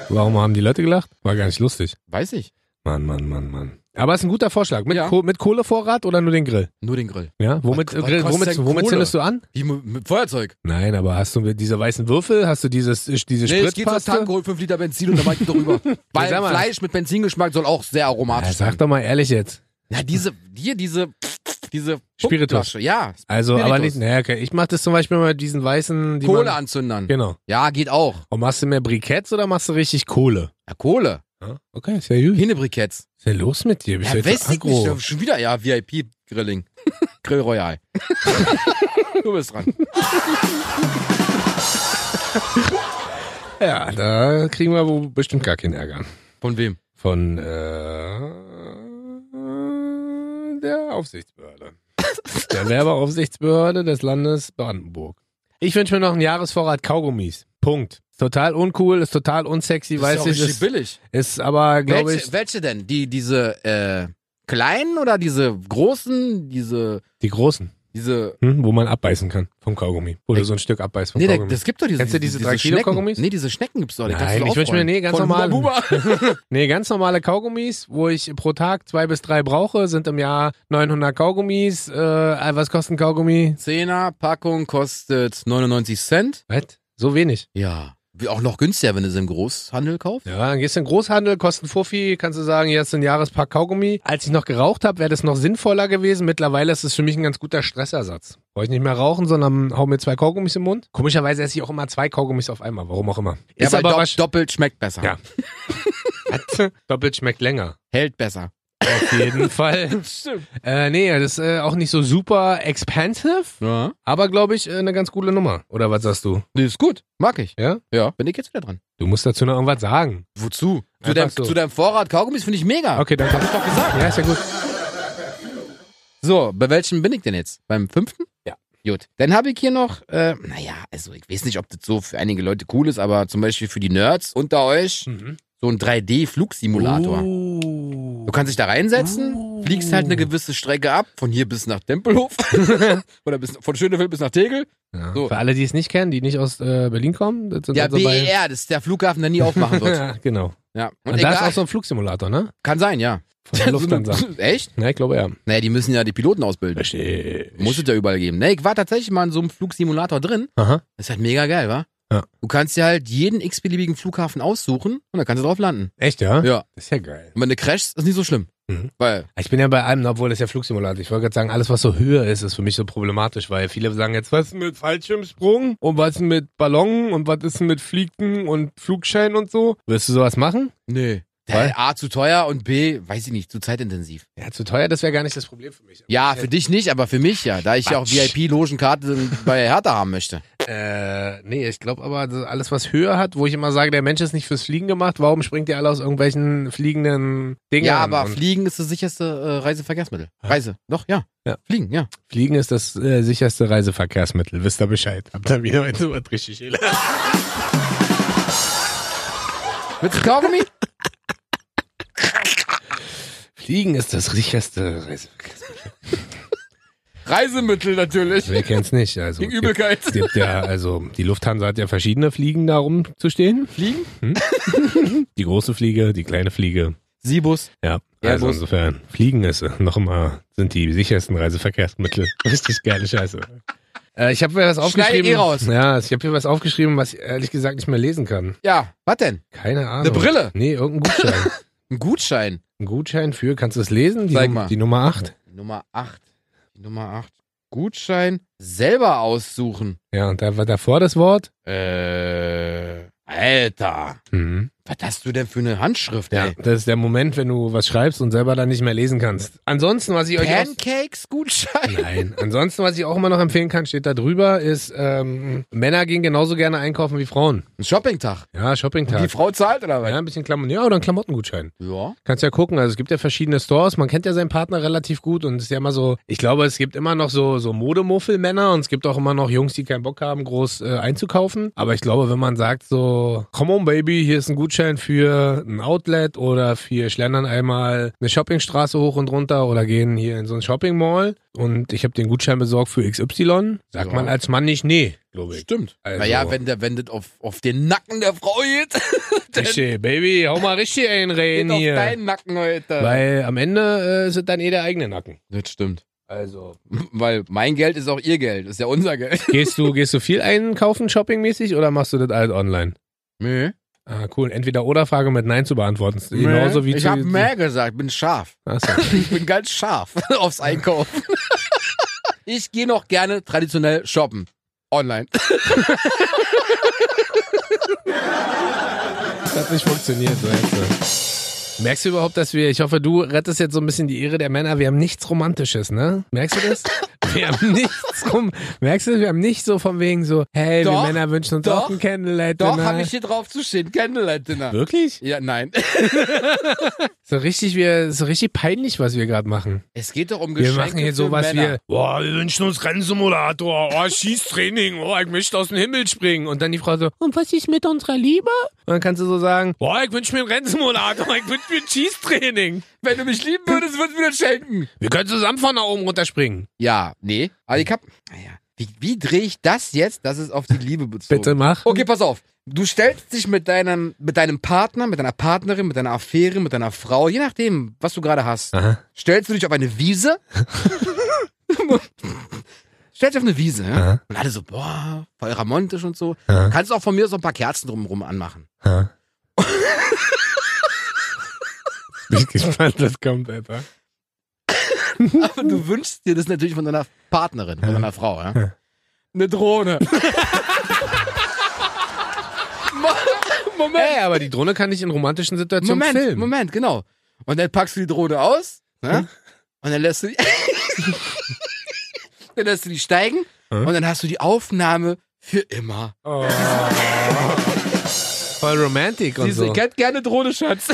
[SPEAKER 1] Warum haben die Leute gelacht? War gar nicht lustig.
[SPEAKER 2] Weiß ich.
[SPEAKER 1] Mann, Mann, Mann, Mann. Aber ist ein guter Vorschlag. Mit,
[SPEAKER 2] Ja.
[SPEAKER 1] Koh mit Kohlevorrat oder nur den Grill?
[SPEAKER 2] Nur den Grill.
[SPEAKER 1] Ja? Womit,
[SPEAKER 2] Was- was
[SPEAKER 1] Grill,
[SPEAKER 2] kostet
[SPEAKER 1] womit,
[SPEAKER 2] denn
[SPEAKER 1] womit
[SPEAKER 2] Kohle?
[SPEAKER 1] zündest du an?
[SPEAKER 2] Wie mu- mit Feuerzeug.
[SPEAKER 1] Nein, aber hast du diese weißen Würfel? Hast du dieses, diese
[SPEAKER 2] Nee, ich geh zur Tanke,
[SPEAKER 1] Spritzpaste?
[SPEAKER 2] hol 5 Liter Benzin und dann mach
[SPEAKER 1] <laughs>
[SPEAKER 2] ich drüber. Weil
[SPEAKER 1] sag mal.
[SPEAKER 2] Fleisch mit Benzingeschmack soll auch sehr
[SPEAKER 1] Ja,
[SPEAKER 2] aromatisch
[SPEAKER 1] sag
[SPEAKER 2] sein.
[SPEAKER 1] doch mal ehrlich jetzt.
[SPEAKER 2] Ja, diese, hier diese, diese
[SPEAKER 1] Spiritus.
[SPEAKER 2] Pumpflasche, Ja,
[SPEAKER 1] Also,
[SPEAKER 2] Spiritus.
[SPEAKER 1] aber nicht, naja, okay. ich mach das zum Beispiel mal mit diesen weißen, die
[SPEAKER 2] Kohle
[SPEAKER 1] man,
[SPEAKER 2] anzündern.
[SPEAKER 1] Genau.
[SPEAKER 2] Ja, geht auch.
[SPEAKER 1] Und machst du mehr Briketts oder machst du richtig Kohle?
[SPEAKER 2] Ja, Kohle.
[SPEAKER 1] Ja? Okay, ist ja gut.
[SPEAKER 2] Händebriketts.
[SPEAKER 1] Was ist denn los mit dir? Bist
[SPEAKER 2] Ja,
[SPEAKER 1] du jetzt
[SPEAKER 2] weiß ich
[SPEAKER 1] aggro?
[SPEAKER 2] nicht. Schon wieder,
[SPEAKER 1] <laughs>
[SPEAKER 2] ja, VIP-Grilling. Grill Royal. <laughs> du bist dran.
[SPEAKER 1] Ja, da kriegen wir wohl bestimmt gar keinen Ärger.
[SPEAKER 2] Von wem?
[SPEAKER 1] Von, äh, der
[SPEAKER 2] <laughs>
[SPEAKER 1] Aufsichtsbehörde. der Werberaufsichtsbehörde des Landes Brandenburg. Ich wünsche mir noch einen Jahresvorrat Kaugummis. Punkt. Total uncool, ist total unsexy,
[SPEAKER 2] Das
[SPEAKER 1] weiß ich.
[SPEAKER 2] ist ja richtig
[SPEAKER 1] Ist,
[SPEAKER 2] billig.
[SPEAKER 1] ist aber, glaube
[SPEAKER 2] Welche,
[SPEAKER 1] ich,
[SPEAKER 2] welche denn? Die, diese, äh, kleinen oder diese großen, diese,
[SPEAKER 1] die großen.
[SPEAKER 2] diese,
[SPEAKER 1] Hm, wo man abbeißen kann vom Kaugummi. Wo du so ein Stück abbeißt vom
[SPEAKER 2] nee, da,
[SPEAKER 1] Kaugummi.
[SPEAKER 2] das gibt doch diese,
[SPEAKER 1] Kennst du diese drei Kilo
[SPEAKER 2] Schnecken.
[SPEAKER 1] Kaugummis?
[SPEAKER 2] Nee, diese Schnecken gibt's doch. die kannst
[SPEAKER 1] Nein,
[SPEAKER 2] du doch
[SPEAKER 1] ich wünsch mir,
[SPEAKER 2] aufrollen.
[SPEAKER 1] nee, ganz
[SPEAKER 2] Von
[SPEAKER 1] normalen.
[SPEAKER 2] Huba
[SPEAKER 1] <laughs>
[SPEAKER 2] Buba.
[SPEAKER 1] nee, ganz normale Kaugummis, wo ich pro Tag zwei bis drei brauche, sind im Jahr 900 Kaugummis. Äh, was kostet ein Kaugummi?
[SPEAKER 2] <laughs> Zehner Packung kostet 99 Cent.
[SPEAKER 1] Was? So wenig.
[SPEAKER 2] Ja. Wie Auch noch günstiger, wenn du sie im Großhandel kaufst.
[SPEAKER 1] Ja, dann gehst du in den Großhandel, kostet ein Fuffi, kannst du sagen, jetzt ein Jahrespack Kaugummi. Als ich noch geraucht habe, wäre das noch sinnvoller gewesen. Mittlerweile ist es für mich ein ganz guter Stressersatz. Brauche ich nicht mehr rauchen, sondern hau mir zwei Kaugummis im Mund. Komischerweise esse ich auch immer zwei Kaugummis auf einmal, warum auch immer.
[SPEAKER 2] Ja,
[SPEAKER 1] Ist
[SPEAKER 2] aber
[SPEAKER 1] aber
[SPEAKER 2] dopp-
[SPEAKER 1] wasch-
[SPEAKER 2] doppelt schmeckt besser.
[SPEAKER 1] Ja. <laughs> doppelt schmeckt länger.
[SPEAKER 2] Hält besser.
[SPEAKER 1] <laughs> Auf jeden Fall.
[SPEAKER 2] Stimmt.
[SPEAKER 1] Äh, nee, das ist äh, auch nicht so super expensive,
[SPEAKER 2] Ja.
[SPEAKER 1] aber glaube ich äh, eine ganz coole Nummer. Oder was sagst du?
[SPEAKER 2] Nee, ist gut. Mag ich.
[SPEAKER 1] Ja?
[SPEAKER 2] Ja. Bin ich jetzt wieder dran.
[SPEAKER 1] Du musst dazu noch irgendwas sagen.
[SPEAKER 2] Wozu?
[SPEAKER 1] Einfach
[SPEAKER 2] Zu deinem,
[SPEAKER 1] so.
[SPEAKER 2] zu deinem Vorrat Kaugummis finde ich mega.
[SPEAKER 1] Okay, danke. Hab ich doch gesagt. Ja, ist ja gut.
[SPEAKER 2] So, bei welchem bin ich denn jetzt? Beim fünften?
[SPEAKER 1] Ja.
[SPEAKER 2] Gut. Dann habe ich hier noch, äh, naja, also ich weiß nicht, ob das so für einige Leute cool ist, aber zum Beispiel für die Nerds unter euch
[SPEAKER 1] Mhm.
[SPEAKER 2] so ein 3D-Flugsimulator.
[SPEAKER 1] Oh.
[SPEAKER 2] Du kannst dich da reinsetzen,
[SPEAKER 1] Oh.
[SPEAKER 2] fliegst halt eine gewisse Strecke ab, von hier bis nach Tempelhof <laughs> oder bis, von Schönefeld bis nach Tegel.
[SPEAKER 1] Ja.
[SPEAKER 2] So.
[SPEAKER 1] Für alle, die es nicht kennen, die nicht aus äh, Berlin kommen, das sind
[SPEAKER 2] Ja,
[SPEAKER 1] also bei...
[SPEAKER 2] BER, das ist der Flughafen, der nie aufmachen wird.
[SPEAKER 1] <laughs> ja, genau.
[SPEAKER 2] ja. Und,
[SPEAKER 1] Und da
[SPEAKER 2] egal,
[SPEAKER 1] ist auch so ein Flugsimulator, ne?
[SPEAKER 2] kann sein, ja.
[SPEAKER 1] Von der
[SPEAKER 2] So <laughs> eine-
[SPEAKER 1] Lufthansa.
[SPEAKER 2] Echt?
[SPEAKER 1] Ja, ich glaube ja.
[SPEAKER 2] Naja, die müssen ja die Piloten ausbilden.
[SPEAKER 1] Verstehe.
[SPEAKER 2] Muss es ja überall geben. Ne, ich war tatsächlich mal in so einem Flugsimulator drin.
[SPEAKER 1] Aha.
[SPEAKER 2] Das ist halt mega geil, wa?
[SPEAKER 1] Ja.
[SPEAKER 2] Du kannst dir halt jeden x-beliebigen Flughafen aussuchen und dann kannst du drauf landen.
[SPEAKER 1] Echt, ja?
[SPEAKER 2] Ja.
[SPEAKER 1] Das ist ja geil.
[SPEAKER 2] Und wenn du crashst, ist nicht so schlimm.
[SPEAKER 1] Mhm.
[SPEAKER 2] Weil,
[SPEAKER 1] Ich bin ja bei allem, obwohl das ja Flugsimulator. Ich wollte gerade sagen, alles, was so höher ist, ist für mich so problematisch, weil viele sagen jetzt, was ist denn mit Fallschirmsprung und was ist denn mit Ballon und was ist denn mit Fliegen und Flugschein und so. Wirst du sowas machen?
[SPEAKER 2] nee.
[SPEAKER 1] Weil?
[SPEAKER 2] Weil? A, zu teuer und B, weiß ich nicht, zu zeitintensiv.
[SPEAKER 1] Ja, zu teuer, das wäre gar nicht das Problem für mich.
[SPEAKER 2] Ja, für dich nicht, aber für mich ja, da ich ja auch
[SPEAKER 1] Quatsch.
[SPEAKER 2] VIP-Logenkarte bei Hertha haben möchte.
[SPEAKER 1] Äh, nee, ich glaube aber, das- alles, was höher hat, wo ich immer sage, der Mensch ist nicht fürs Fliegen gemacht, warum springt ihr alle aus irgendwelchen fliegenden Dingen?
[SPEAKER 2] Ja, aber
[SPEAKER 1] und
[SPEAKER 2] Fliegen ist das sicherste äh, Reiseverkehrsmittel.
[SPEAKER 1] Ja.
[SPEAKER 2] Reise, doch, ja.
[SPEAKER 1] Ja.
[SPEAKER 2] Fliegen, ja.
[SPEAKER 1] Fliegen ist das äh, sicherste Reiseverkehrsmittel, wisst ihr Bescheid. Habt ihr wieder heute was richtig gelernt.
[SPEAKER 2] Willst du Kaugummi?
[SPEAKER 1] Fliegen ist das sicherste Reise.
[SPEAKER 2] Reisemittel natürlich.
[SPEAKER 1] Wer kennt's nicht?
[SPEAKER 2] <laughs>
[SPEAKER 1] Also
[SPEAKER 2] Gegen
[SPEAKER 1] gibt,
[SPEAKER 2] Übelkeit.
[SPEAKER 1] gibt ja, also die Lufthansa hat ja verschiedene Fliegen da rumzustehen.
[SPEAKER 2] Fliegen?
[SPEAKER 1] Die große Fliege, die kleine Fliege.
[SPEAKER 2] Siebus.
[SPEAKER 1] Ja, also
[SPEAKER 2] Airbus.
[SPEAKER 1] insofern, Fliegen ist <laughs> äh, noch immer, sind die sichersten Reiseverkehrsmittel. <laughs> Richtig geile Scheiße. Äh, ich habe mir was
[SPEAKER 2] Schneid
[SPEAKER 1] aufgeschrieben.
[SPEAKER 2] eh raus.
[SPEAKER 1] Ja, ich habe hier was aufgeschrieben, was ich ehrlich gesagt nicht mehr lesen kann.
[SPEAKER 2] Ja, was denn?
[SPEAKER 1] Keine Ahnung.
[SPEAKER 2] Eine Brille.
[SPEAKER 1] Nee, irgendein <laughs> Gutschein.
[SPEAKER 2] Ein Gutschein.
[SPEAKER 1] Ein Gutschein für, kannst du es lesen? Die,
[SPEAKER 2] Zeig
[SPEAKER 1] Num-
[SPEAKER 2] mal.
[SPEAKER 1] die Nummer 8.
[SPEAKER 2] Nummer 8. Die Nummer 8. Gutschein selber aussuchen.
[SPEAKER 1] Ja, und da war davor das Wort.
[SPEAKER 2] Äh, Alter.
[SPEAKER 1] Mhm.
[SPEAKER 2] Was hast du denn für eine Handschrift,
[SPEAKER 1] Ja,
[SPEAKER 2] ey?
[SPEAKER 1] das ist der Moment, wenn du was schreibst und selber dann nicht mehr lesen kannst. Ansonsten, was ich euch aus
[SPEAKER 2] Pancakes-Gutschein?
[SPEAKER 1] Nein. Ansonsten, was ich auch immer noch empfehlen kann, steht da drüber, ist, ähm, Männer gehen genauso gerne einkaufen wie Frauen.
[SPEAKER 2] Ein Shoppingtag.
[SPEAKER 1] Ja,
[SPEAKER 2] Die
[SPEAKER 1] Shoppingtag.
[SPEAKER 2] Frau zahlt oder
[SPEAKER 1] Ja,
[SPEAKER 2] was?
[SPEAKER 1] ein bisschen Klamotten. Ja, oder ein Klamottengutschein.
[SPEAKER 2] Ja.
[SPEAKER 1] Kannst ja gucken. Also es gibt ja verschiedene Stores. Man kennt ja seinen Partner relativ gut und es ist ja immer so, ich glaube, es gibt immer noch so, so Modemuffel-Männer und es gibt auch immer noch Jungs, die keinen Bock haben, groß äh, einzukaufen. Aber ich glaube, wenn man sagt so, come on baby, hier ist ein Gutschein für ein Outlet oder wir schlendern einmal eine Shoppingstraße hoch und runter oder gehen hier in so ein Shopping Mall und ich habe den Gutschein besorgt für XY, sagt
[SPEAKER 2] Ja.
[SPEAKER 1] man als Mann nicht, nee, glaube ich.
[SPEAKER 2] Stimmt.
[SPEAKER 1] Also-
[SPEAKER 2] Naja, wenn der wenn das auf, auf den Nacken der Frau geht, <laughs>
[SPEAKER 1] Richtig, Baby, hau mal richtig einen
[SPEAKER 2] geht
[SPEAKER 1] rein
[SPEAKER 2] auf
[SPEAKER 1] hier.
[SPEAKER 2] deinen Nacken, Alter.
[SPEAKER 1] Weil am Ende äh, sind dann eh der eigene Nacken.
[SPEAKER 2] das stimmt.
[SPEAKER 1] Also,
[SPEAKER 2] Weil mein Geld ist auch ihr Geld. Ist ja unser Geld.
[SPEAKER 1] Gehst du, gehst du viel einkaufen, shoppingmäßig, oder machst du das alles online?
[SPEAKER 2] Nö.
[SPEAKER 1] Ah, cool. Entweder oder Frage mit Nein zu beantworten. Ist Genauso wie
[SPEAKER 2] ich
[SPEAKER 1] zu-
[SPEAKER 2] habe mehr gesagt, bin scharf.
[SPEAKER 1] Achso.
[SPEAKER 2] <laughs> Ich bin ganz scharf aufs Einkaufen. <laughs> Ich gehe noch gerne traditionell shoppen. Online.
[SPEAKER 1] Das hat nicht funktioniert, weißt du. Merkst du überhaupt, dass wir, ich hoffe, du rettest jetzt so ein bisschen die Ehre der Männer, wir haben nichts Romantisches, ne? Merkst du
[SPEAKER 2] <laughs>
[SPEAKER 1] das? Wir haben nichts rum. Merkst du, wir haben nicht so von wegen so, hey,
[SPEAKER 2] Doch,
[SPEAKER 1] wir Männer wünschen uns
[SPEAKER 2] doch,
[SPEAKER 1] auch ein Candlelight
[SPEAKER 2] Doch,
[SPEAKER 1] Dinner.
[SPEAKER 2] habe ich hier drauf zu stehen. Candlelight Dinner.
[SPEAKER 1] Wirklich?
[SPEAKER 2] Ja, nein. <laughs>
[SPEAKER 1] So richtig, wir, so richtig peinlich, was wir gerade machen.
[SPEAKER 2] Es geht doch um
[SPEAKER 1] Wir
[SPEAKER 2] Geschenke
[SPEAKER 1] machen hier
[SPEAKER 2] für
[SPEAKER 1] sowas wie,
[SPEAKER 2] Männer.
[SPEAKER 1] boah, wir wünschen uns Rennsimulator, oh, <laughs> Schießtraining, oh, ich möchte aus dem Himmel springen. Und dann die Frau so, und was ist mit unserer Liebe? Und dann kannst du so sagen, boah, ich wünsche mir einen Rennsimulator, ich wünsche mir ein Schießtraining.
[SPEAKER 2] Wenn du mich lieben würdest, würdest du mir das schenken.
[SPEAKER 1] Wir können zusammen von da oben runterspringen.
[SPEAKER 2] Ja, nee. Aber ich hab. Naja. Wie, wie drehe ich das jetzt, dass es auf die Liebe bezogen
[SPEAKER 1] Bitte mach.
[SPEAKER 2] Okay, pass auf. Du stellst dich mit deinem, mit deinem Partner, mit deiner Partnerin, mit deiner Affäre, mit deiner Frau, je nachdem, was du gerade hast,
[SPEAKER 1] Aha.
[SPEAKER 2] stellst du dich auf eine
[SPEAKER 1] <laughs>
[SPEAKER 2] Wiese. stellst dich auf eine Wiese, ja?
[SPEAKER 1] Aha.
[SPEAKER 2] Und alle so, boah, voll romantisch und so.
[SPEAKER 1] Aha.
[SPEAKER 2] Kannst auch von mir so ein paar Kerzen drumherum anmachen.
[SPEAKER 1] Ha. <laughs> Bin gespannt, was kommt, Alter.
[SPEAKER 2] Aber du wünschst dir das natürlich von deiner Partnerin, von deiner Frau, ja?
[SPEAKER 1] Ja.
[SPEAKER 2] Eine
[SPEAKER 1] <laughs>
[SPEAKER 2] Drohne. Moment.
[SPEAKER 1] Ey, aber die Drohne kann ich in romantischen Situationen
[SPEAKER 2] Moment,
[SPEAKER 1] filmen.
[SPEAKER 2] Moment, genau. Und dann packst du die Drohne aus ne? und dann lässt du die, <laughs> dann lässt du die steigen
[SPEAKER 1] Hm?
[SPEAKER 2] und dann hast du die Aufnahme für immer.
[SPEAKER 1] Oh. Voll romantik und
[SPEAKER 2] Diese,
[SPEAKER 1] so.
[SPEAKER 2] kennt gerne Drohne, Schatz.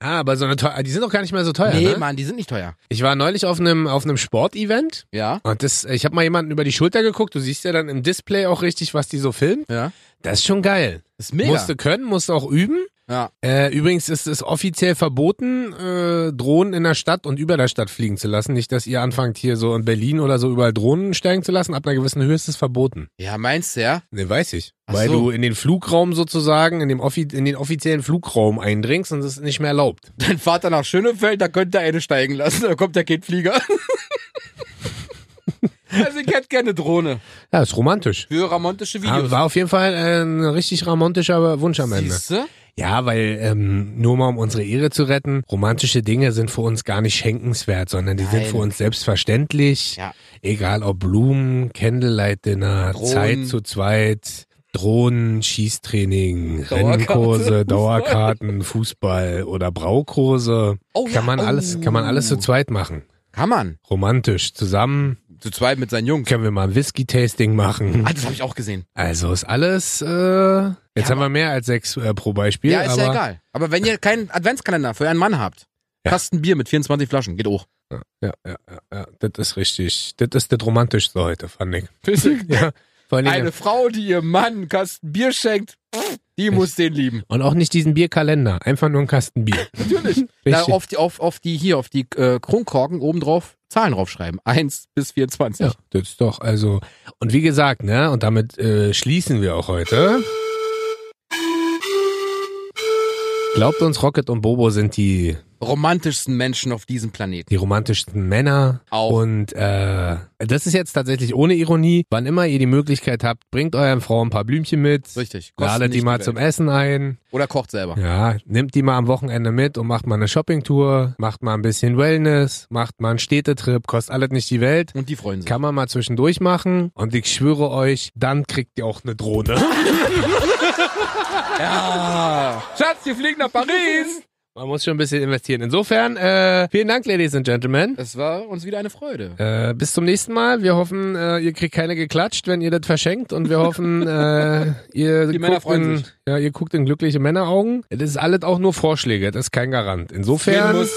[SPEAKER 1] Ah, aber so eine teuer, die sind doch gar nicht mehr so teuer,
[SPEAKER 2] nee,
[SPEAKER 1] ne?
[SPEAKER 2] Mann, die sind nicht teuer.
[SPEAKER 1] Ich war neulich auf einem auf einem Sportevent
[SPEAKER 2] Ja,
[SPEAKER 1] und das, ich habe mal jemanden über die Schulter geguckt. Du siehst ja dann im Display auch richtig, was die so filmen.
[SPEAKER 2] ja.
[SPEAKER 1] Das ist schon geil.
[SPEAKER 2] Ist mega.
[SPEAKER 1] Musst du können, musst du auch üben.
[SPEAKER 2] ja.
[SPEAKER 1] Äh, übrigens ist es offiziell verboten, äh, Drohnen in der Stadt und über der Stadt fliegen zu lassen. Nicht, dass ihr anfangt hier so in Berlin oder so überall Drohnen steigen zu lassen. Ab einer gewissen Höhe ist es verboten.
[SPEAKER 2] ja, meinst du, ja?
[SPEAKER 1] Ne, weiß ich.
[SPEAKER 2] Ach
[SPEAKER 1] Weil
[SPEAKER 2] so.
[SPEAKER 1] du in den Flugraum sozusagen, in, dem offi in den offiziellen Flugraum eindringst und es ist nicht mehr erlaubt.
[SPEAKER 2] Dein Vater nach Schönefeld, da könnte er eine steigen lassen, da kommt
[SPEAKER 1] <laughs>
[SPEAKER 2] der Kindflieger. also, ich hätte gerne Drohne.
[SPEAKER 1] Ja, ist romantisch.
[SPEAKER 2] Für romantische
[SPEAKER 1] Aber
[SPEAKER 2] Videos.
[SPEAKER 1] war auf jeden Fall äh, ein richtig romantischer Wunsch am Ende.
[SPEAKER 2] Siehste?
[SPEAKER 1] Ja, weil ähm, nur mal um unsere Ehre zu retten, romantische Dinge sind für uns gar nicht schenkenswert, sondern die sind
[SPEAKER 2] Nein.
[SPEAKER 1] für uns selbstverständlich.
[SPEAKER 2] Ja.
[SPEAKER 1] Egal ob Blumen, Candlelight-Dinner,
[SPEAKER 2] Drohnen.
[SPEAKER 1] Zeit zu zweit, Drohnen, Schießtraining,
[SPEAKER 2] Dauerkarte, Fußball. <laughs>
[SPEAKER 1] Rennkurse, Dauerkarten, Fußball oder Braukurse.
[SPEAKER 2] Oh
[SPEAKER 1] kann
[SPEAKER 2] ja,
[SPEAKER 1] man alles,
[SPEAKER 2] oh.
[SPEAKER 1] kann man alles zu zweit machen.
[SPEAKER 2] Kann man.
[SPEAKER 1] Romantisch zusammen
[SPEAKER 2] Zu zweit mit seinen Jungs.
[SPEAKER 1] können wir mal ein Whisky-Tasting machen.
[SPEAKER 2] Ah, das habe ich auch gesehen.
[SPEAKER 1] Also ist alles. Äh, jetzt
[SPEAKER 2] Ja,
[SPEAKER 1] haben wir mehr als sechs äh, pro Beispiel.
[SPEAKER 2] Ja, ist
[SPEAKER 1] aber
[SPEAKER 2] ja egal. Aber wenn ihr keinen Adventskalender für euren Mann habt,
[SPEAKER 1] Ja.
[SPEAKER 2] Kasten Bier mit 24 Flaschen, geht auch.
[SPEAKER 1] Ja, ja, ja, ja, das ist richtig. Das ist das Romantischste heute, fand ich.
[SPEAKER 2] Eine <laughs>
[SPEAKER 1] Ja, vor allen Dingen,
[SPEAKER 2] Frau, die ihrem Mann einen Kasten Bier schenkt, pff, Die muss den lieben.
[SPEAKER 1] Und auch nicht diesen Bierkalender, einfach nur ein Kasten Bier.
[SPEAKER 2] <laughs> Natürlich. Da
[SPEAKER 1] Richtig.
[SPEAKER 2] auf die, auf, auf die hier, auf die äh, Kronkorken obendrauf Zahlen draufschreiben. Eins bis 24.
[SPEAKER 1] Ja, das ist doch, also, und wie gesagt, ne, und damit äh, schließen wir auch heute. Glaubt uns, Rocket und Bobo sind die,
[SPEAKER 2] Romantischsten Menschen auf diesem Planeten.
[SPEAKER 1] die romantischsten Männer.
[SPEAKER 2] Auch.
[SPEAKER 1] Und äh, das ist jetzt tatsächlich ohne Ironie. Wann immer ihr die Möglichkeit habt, bringt euren Frauen ein paar Blümchen mit.
[SPEAKER 2] Richtig. Kosten
[SPEAKER 1] Ladet die
[SPEAKER 2] nicht
[SPEAKER 1] mal
[SPEAKER 2] die
[SPEAKER 1] zum
[SPEAKER 2] Welt.
[SPEAKER 1] Essen ein.
[SPEAKER 2] Oder kocht selber.
[SPEAKER 1] Ja, nimmt die mal am Wochenende mit und macht mal eine Shoppingtour, macht mal ein bisschen Wellness, macht mal einen Städtetrip, kostet alles nicht die Welt.
[SPEAKER 2] Und die freuen sich.
[SPEAKER 1] Kann man mal zwischendurch machen und ich schwöre euch, dann kriegt ihr auch eine Drohne.
[SPEAKER 2] <laughs> Ja. Schatz, wir fliegen nach Paris.
[SPEAKER 1] Man muss schon ein bisschen investieren. Insofern, äh, vielen Dank, Ladies and Gentlemen.
[SPEAKER 2] Es war uns wieder eine Freude.
[SPEAKER 1] Äh, bis zum nächsten Mal. Wir hoffen, äh, ihr kriegt keine geklatscht, wenn ihr das verschenkt. Und wir hoffen,
[SPEAKER 2] <laughs>
[SPEAKER 1] äh, ihr,
[SPEAKER 2] Die Männer
[SPEAKER 1] guckt
[SPEAKER 2] freuen
[SPEAKER 1] in,
[SPEAKER 2] sich.
[SPEAKER 1] ja, ihr guckt in glückliche Männeraugen. Das ist alles auch nur Vorschläge, das ist kein Garant. Insofern,
[SPEAKER 2] Fernbus.